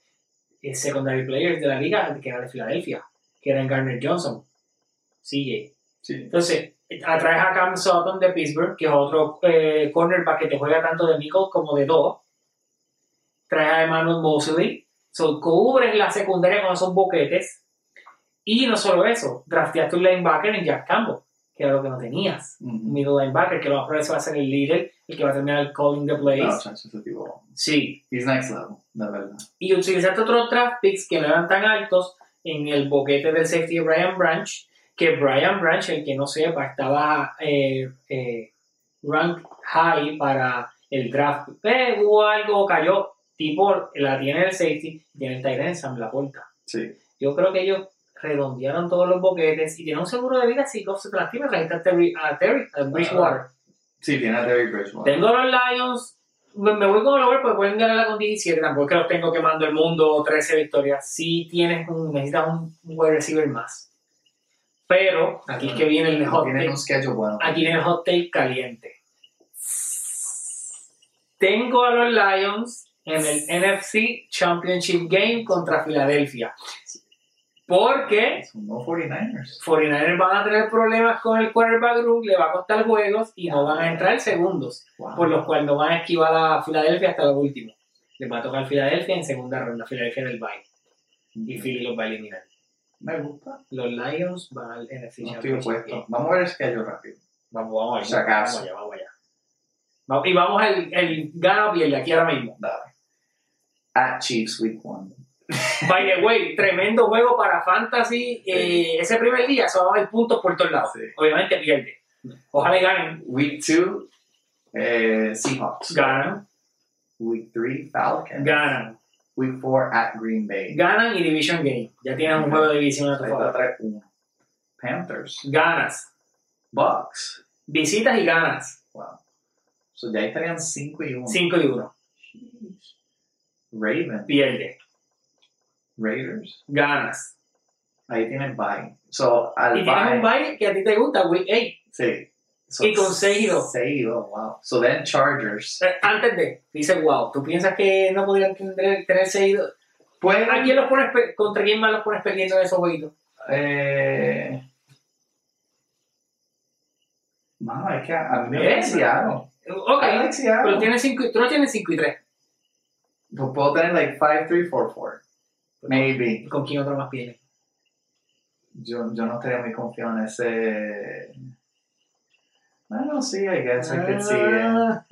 Speaker 2: eh, secondary players de la liga, que era de Filadelfia, que era Garner Johnson, CJ.
Speaker 1: sí.
Speaker 2: Entonces, atraes a Cam Sutton de Pittsburgh, que es otro eh, cornerback que te juega tanto de nickel como de dos. Traes a Emmanuel Mosley. So, cubres la secundaria con esos boquetes. Y no solo eso, drafteaste un linebacker en Jack Campbell, que era lo que no tenías. Un
Speaker 1: Ujú.
Speaker 2: middle linebacker, que lo más probable es que va a ser el líder, el que va a terminar calling the plays.
Speaker 1: No, chacho, ese tipo.
Speaker 2: Sí,
Speaker 1: He's next level, de verdad.
Speaker 2: y utilizaste otros draft picks que no eran tan altos en el boquete del safety Brian Branch, que Brian Branch, el que no sepa, estaba eh, eh, rank high para el draft. Pero hubo algo, cayó, tipo, la tiene el safety, tiene el tight end, Sam Laporta.
Speaker 1: Sí.
Speaker 2: Yo creo que ellos redondearon todos los boquetes y tienen un seguro de vida si Goff se lastima, trajiste a Terry, a Terry, a Bridgewater.
Speaker 1: Sí, tiene a Terry Bridgewater.
Speaker 2: Tengo los Lions. Me, me voy con el over porque pueden ganarla con 17. Tampoco es que los tengo quemando el mundo 13 victorias. Sí tienes un, necesitas un wide receiver más. Pero aquí es que viene el hot
Speaker 1: Tienen
Speaker 2: take.
Speaker 1: un schedule bueno.
Speaker 2: Aquí viene el hot take caliente. Tengo a los Lions en el NFC Championship Game contra Filadelfia. Porque
Speaker 1: Son los 49ers.
Speaker 2: 49ers van a tener problemas con el quarterback room, le va a costar juegos y no van a entrar segundos,
Speaker 1: Wow.
Speaker 2: por los cuales no van a esquivar a Filadelfia hasta lo último. Les va a tocar Filadelfia en segunda ronda, Filadelfia en el bye. Y Philly los va a eliminar.
Speaker 1: Mm. Me gusta.
Speaker 2: Los Lions van al NFC
Speaker 1: No estoy
Speaker 2: Championship
Speaker 1: opuesto.
Speaker 2: Game.
Speaker 1: Vamos a ver el schedule rápido.
Speaker 2: Vamos, vamos,
Speaker 1: Por si
Speaker 2: allá, vamos
Speaker 1: acaso.
Speaker 2: allá, vamos allá. Vamos- y vamos al el gana o pierde aquí ahora mismo.
Speaker 1: Dale. At Chiefs Week 1.
Speaker 2: By the way, tremendo juego para Fantasy. Eh, ese primer día se va a haber puntos por todos lados.
Speaker 1: Ah, Sí.
Speaker 2: Obviamente pierde. Ojalá y ganen.
Speaker 1: Week 2, eh, Seahawks.
Speaker 2: Ganan,
Speaker 1: Week 3, Falcons.
Speaker 2: ganan,
Speaker 1: Week 4, at Green Bay.
Speaker 2: ganan y Division Game. Ya tienes un juego de división a tu
Speaker 1: Ahí
Speaker 2: favor.
Speaker 1: está, tres, uno. Panthers.
Speaker 2: Ganas,
Speaker 1: Bucks.
Speaker 2: visitas y ganas.
Speaker 1: Wow. So ya ahí estarían 5 y 1.
Speaker 2: 5 y 1.
Speaker 1: Ravens.
Speaker 2: Pierde,
Speaker 1: Raiders.
Speaker 2: ganas.
Speaker 1: Ahí tienen bye. So al
Speaker 2: Y tienes
Speaker 1: bye.
Speaker 2: un baile que a ti te gusta, Week 8.
Speaker 1: Sí. So,
Speaker 2: Y con seis y dos.
Speaker 1: 6 y 2, wow. So then Chargers.
Speaker 2: Antes de, dices, wow, ¿tú piensas que no podrían tener, tener seguido?
Speaker 1: Pueden
Speaker 2: ¿A quién los pones pe- ¿Contra quién más los pones perdiendo en esos jueguitos?
Speaker 1: Eh... Mano, es que a a mí me
Speaker 2: Bien.
Speaker 1: gusta Seattle.
Speaker 2: Ok,
Speaker 1: I like Seattle.
Speaker 2: pero tienes cinco, y- tú no tienes 5 y 3.
Speaker 1: Pu- Puedo tener like 5, 3, 4, 4. Maybe.
Speaker 2: ¿Con quién otro más pierdes?
Speaker 1: Yo, yo no estaría muy confiado en ese... I don't see, I guess I could see it.
Speaker 2: Ah,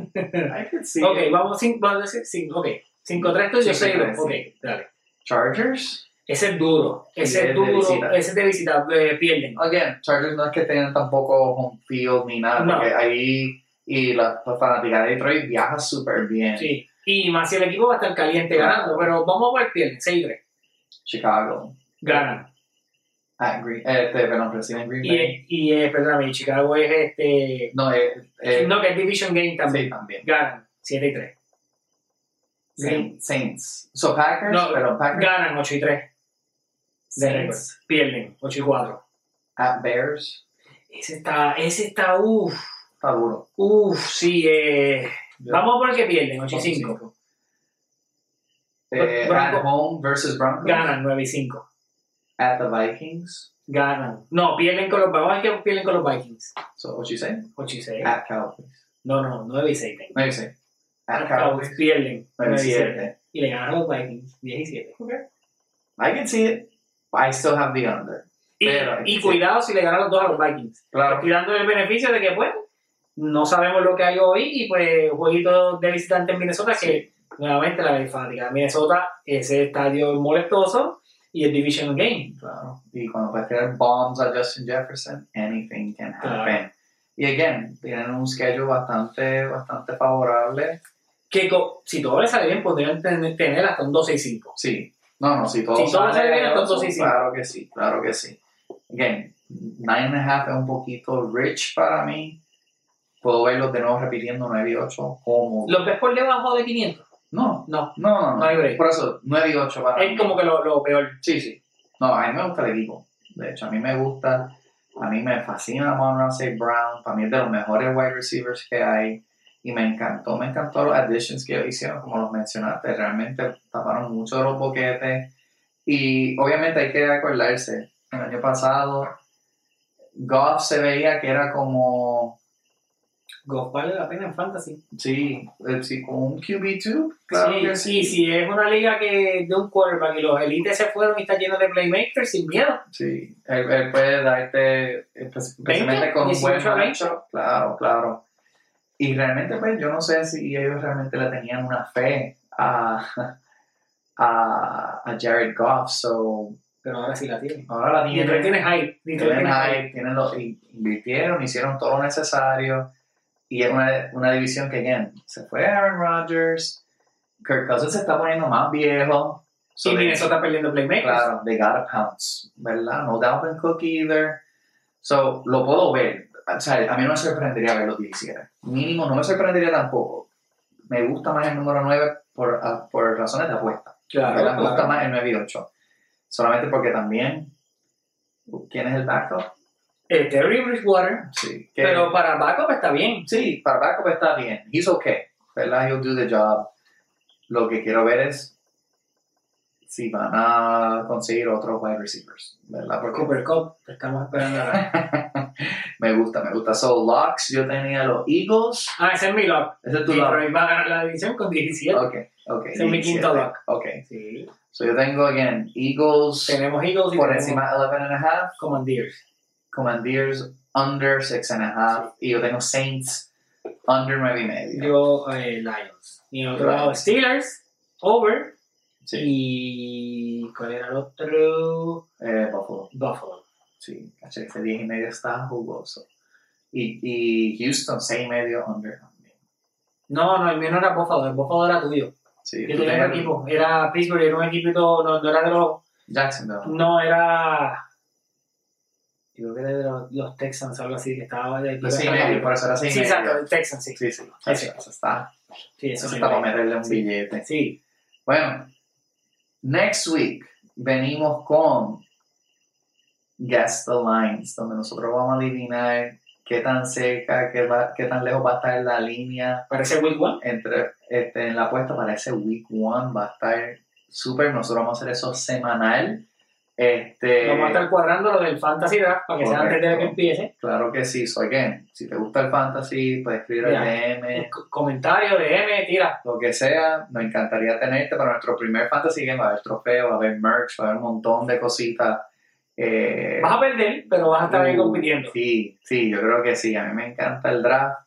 Speaker 1: I could see
Speaker 2: ok,
Speaker 1: it.
Speaker 2: vamos, cin- vamos a decir 5, ok. 5-3 tú,
Speaker 1: Sí,
Speaker 2: yo 6
Speaker 1: sí,
Speaker 2: Ok,
Speaker 1: sí.
Speaker 2: dale.
Speaker 1: Chargers.
Speaker 2: Ese es duro, ese
Speaker 1: de- de
Speaker 2: es duro,
Speaker 1: visita.
Speaker 2: ese es de visita, eh, pierden.
Speaker 1: Again, Chargers no es que tengan tampoco home field ni nada,
Speaker 2: No.
Speaker 1: porque ahí... Y la, la fanaticada de Detroit viaja súper bien.
Speaker 2: Sí. Y más si el equipo va a estar caliente
Speaker 1: Claro.
Speaker 2: ganando, pero vamos a ver, pierden, 6 y 3.
Speaker 1: Chicago.
Speaker 2: Ganan.
Speaker 1: At Green, este, perdón, reciben Green
Speaker 2: Y,
Speaker 1: Bay.
Speaker 2: eh, y eh, perdóname, Chicago es este.
Speaker 1: No, eh, eh,
Speaker 2: no, que es Division Game también.
Speaker 1: sí, también.
Speaker 2: Ganan, 7 y 3.
Speaker 1: Saint- Saints. So Packers,
Speaker 2: No,
Speaker 1: perdón, Packers.
Speaker 2: Ganan 8 y 3 de récord.
Speaker 1: Saints
Speaker 2: Pierden 8 y 4.
Speaker 1: at Bears.
Speaker 2: Ese está, ese está, uff,
Speaker 1: Está duro.
Speaker 2: uff, sí, eh. Vamos a por el que pierden, 8 y 5.
Speaker 1: Eh,
Speaker 2: Bronco.
Speaker 1: at home versus Broncos.
Speaker 2: Ganan 9 y 5.
Speaker 1: At the Vikings.
Speaker 2: Ganan. No, pierden con los Vamos a ver que pierden con los Vikings.
Speaker 1: So what you say?
Speaker 2: 8 y 6.
Speaker 1: At Cowboys.
Speaker 2: No, no, 9 y 6 tengo.
Speaker 1: No, you say. At
Speaker 2: Los Cowboys
Speaker 1: Cowboys.
Speaker 2: pierden 9 y 7.
Speaker 1: 97.
Speaker 2: Y le ganan a los Vikings 17.
Speaker 1: I can see it. but I still have the under.
Speaker 2: Y,
Speaker 1: Pero-
Speaker 2: y cuidado si le ganan los dos a los Vikings.
Speaker 1: Claro.
Speaker 2: Y dándole el beneficio de que, pues, no sabemos lo que hay hoy y, pues, jueguito de visitante en Minnesota que, nuevamente, la fanática de Minnesota, ese estadio es molestoso y el Division Game.
Speaker 1: claro. Y cuando puedes tirar bombs a Justin Jefferson, anything can happen. Y again, tienen un schedule bastante, bastante favorable.
Speaker 2: Que co- si todo le sale bien, podrían ten- tener hasta un 12 y 5.
Speaker 1: Sí, no, no, si todo
Speaker 2: Si todo sale bien, entonces sí, sí.
Speaker 1: Claro que sí, claro que sí. Again, nine and a half es un poquito rich para mí. Puedo verlos de nuevo repitiendo 9 y 8 como...
Speaker 2: ¿Los ves por debajo de 500?
Speaker 1: No,
Speaker 2: No.
Speaker 1: no, no,
Speaker 2: No hay break.
Speaker 1: Por eso, 9 y 8 para mí.
Speaker 2: Es como que lo, lo peor.
Speaker 1: Sí, sí. No, a mí me gusta el equipo. De hecho, a mí me gusta, a mí me fascina Monroe Brown. Para mí es de los mejores wide receivers que hay. Y me encantó, me encantó los additions que hicieron, como los mencionaste. Realmente taparon mucho los boquetes. Y obviamente hay que acordarse, el año pasado, Goff se veía que era como,
Speaker 2: Goff vale la pena en Fantasy.
Speaker 1: sí, eh, sí como un QB2. Claro
Speaker 2: sí,
Speaker 1: que sí.
Speaker 2: Y si es una liga que de un quarterback y los elites se fueron y está lleno de playmakers sin miedo.
Speaker 1: Sí, él, él puede darte, eh, pues, especialmente con un buen
Speaker 2: 18 a 20.
Speaker 1: macho, claro, claro. Y realmente, pues, yo no sé si ellos realmente le tenían una fe a, <laughs> a, a Jared Goff, so
Speaker 2: Pero ahora sí la tienen.
Speaker 1: ahora la
Speaker 2: Y entonces
Speaker 1: tienen,
Speaker 2: tienes hype. Y entonces
Speaker 1: tienen
Speaker 2: tienes
Speaker 1: hype, tienen lo, y- invirtieron, hicieron todo lo necesario, y es una, una división que, again, se fue Aaron Rodgers, Kirk Cousins se está poniendo más viejo, so
Speaker 2: Y
Speaker 1: they-
Speaker 2: Minnesota perdiendo playmakers.
Speaker 1: Claro, they gotta pounce, ¿verdad? No Dalvin Cook either. So, lo puedo ver. O sea, a mí no me sorprendería verlo 17. Mínimo, no me sorprendería tampoco. Me gusta más el número 9 por, ah, por razones de apuesta. ¿verdad? Me gusta más el 9 y 8. Solamente porque también, ¿quién es el backup?
Speaker 2: eh, Terry Bridgewater,
Speaker 1: Sí. que-
Speaker 2: pero para backup está bien.
Speaker 1: sí, para backup está bien. He's okay. ¿Verdad? He'll do the job. Lo que quiero ver es si van a conseguir otros wide receivers. ¿Verdad? Porque
Speaker 2: Cooper Cup, te estamos esperando. ahora.
Speaker 1: <laughs> me gusta, me gusta. So, Locks, yo tenía los Eagles.
Speaker 2: ah, ese es mi lock.
Speaker 1: Ese es tu
Speaker 2: Sí,
Speaker 1: lock.
Speaker 2: pero va a ganar la división con 17.
Speaker 1: Ok, ok.
Speaker 2: Ese es mi quinto
Speaker 1: 17.
Speaker 2: lock.
Speaker 1: Ok.
Speaker 2: Sí.
Speaker 1: So, yo tengo, again, Eagles
Speaker 2: Tenemos Eagles y
Speaker 1: por
Speaker 2: tenemos
Speaker 1: encima de 11 and a half.
Speaker 2: Commanders.
Speaker 1: Commanders under six and a half y yo tengo Saints under nueve y medio.
Speaker 2: Yo, eh, Lions. Y en otro
Speaker 1: Lions.
Speaker 2: lado, Steelers, over.
Speaker 1: Sí.
Speaker 2: Y. ¿Cuál era el otro?
Speaker 1: Eh, Buffalo,
Speaker 2: Buffalo.
Speaker 1: sí, caché, ese diez y medio está jugoso. Y, y Houston seis y medio under también.
Speaker 2: No, no, el mío no era Buffalo, el Buffalo era tuyo.
Speaker 1: Sí,
Speaker 2: Yo
Speaker 1: tú
Speaker 2: tenía un
Speaker 1: tienes
Speaker 2: equipo, era Pittsburgh, era un equipito, no, no era de los.
Speaker 1: Jacksonville.
Speaker 2: No, era. Yo creo que era de los, los Texans, algo así, que estaba de.
Speaker 1: Pues seis y medio, por eso era
Speaker 2: Sí,
Speaker 1: seis y
Speaker 2: exacto,
Speaker 1: medio.
Speaker 2: el Texans, sí.
Speaker 1: Sí, sí,
Speaker 2: Eso.
Speaker 1: eso, eso está.
Speaker 2: Sí,
Speaker 1: Eso
Speaker 2: eso sí.
Speaker 1: está para meterle un billete.
Speaker 2: Sí,
Speaker 1: Bueno, next week venimos con Guess the Lines, donde nosotros vamos a adivinar qué tan cerca, qué, va- qué tan lejos va a estar la línea
Speaker 2: parece Week One.
Speaker 1: entre este, en la apuesta para ese week one. Va a estar súper, nosotros vamos a hacer eso semanal. Este,
Speaker 2: Vamos a estar cuadrando lo del Fantasy Draft para que sea antes de que
Speaker 1: Correcto.
Speaker 2: empiece.
Speaker 1: Claro que sí, so again, si te gusta el fantasy, puedes escribir
Speaker 2: Ya.
Speaker 1: al DM,
Speaker 2: El co- Comentario de M, tira.
Speaker 1: lo que sea, nos encantaría tenerte para nuestro primer fantasy game. Va a haber trofeo, va a haber merch, va a haber un montón de cositas. Eh,
Speaker 2: Vas a perder, pero vas a estar ahí
Speaker 1: uh,
Speaker 2: compitiendo.
Speaker 1: Sí, sí, yo creo que sí. A mí me encanta el draft.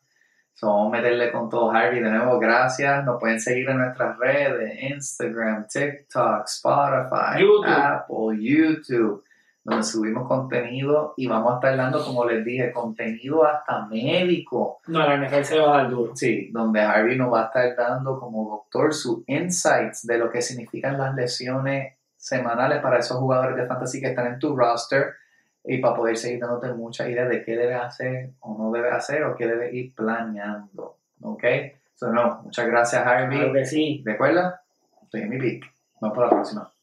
Speaker 1: So, vamos a meterle con todo Harvey. De nuevo, gracias. Nos pueden seguir en nuestras redes: Instagram, TikTok, Spotify,
Speaker 2: YouTube.
Speaker 1: Apple, YouTube, donde subimos contenido y vamos a estar dando, como les dije, contenido hasta médico.
Speaker 2: No, la NFL se va a dar duro.
Speaker 1: Sí, donde Harvey nos va a estar dando como doctor sus insights de lo que significan las lesiones semanales para esos jugadores de fantasy que están en tu roster y para poder seguir dándote muchas ideas de qué debes hacer o no debes hacer o qué debes ir planeando. ¿Ok? So, no, muchas gracias, Harvey.
Speaker 2: Claro que sí.
Speaker 1: Recuerda, estoy en mi pick. Vamos para la próxima.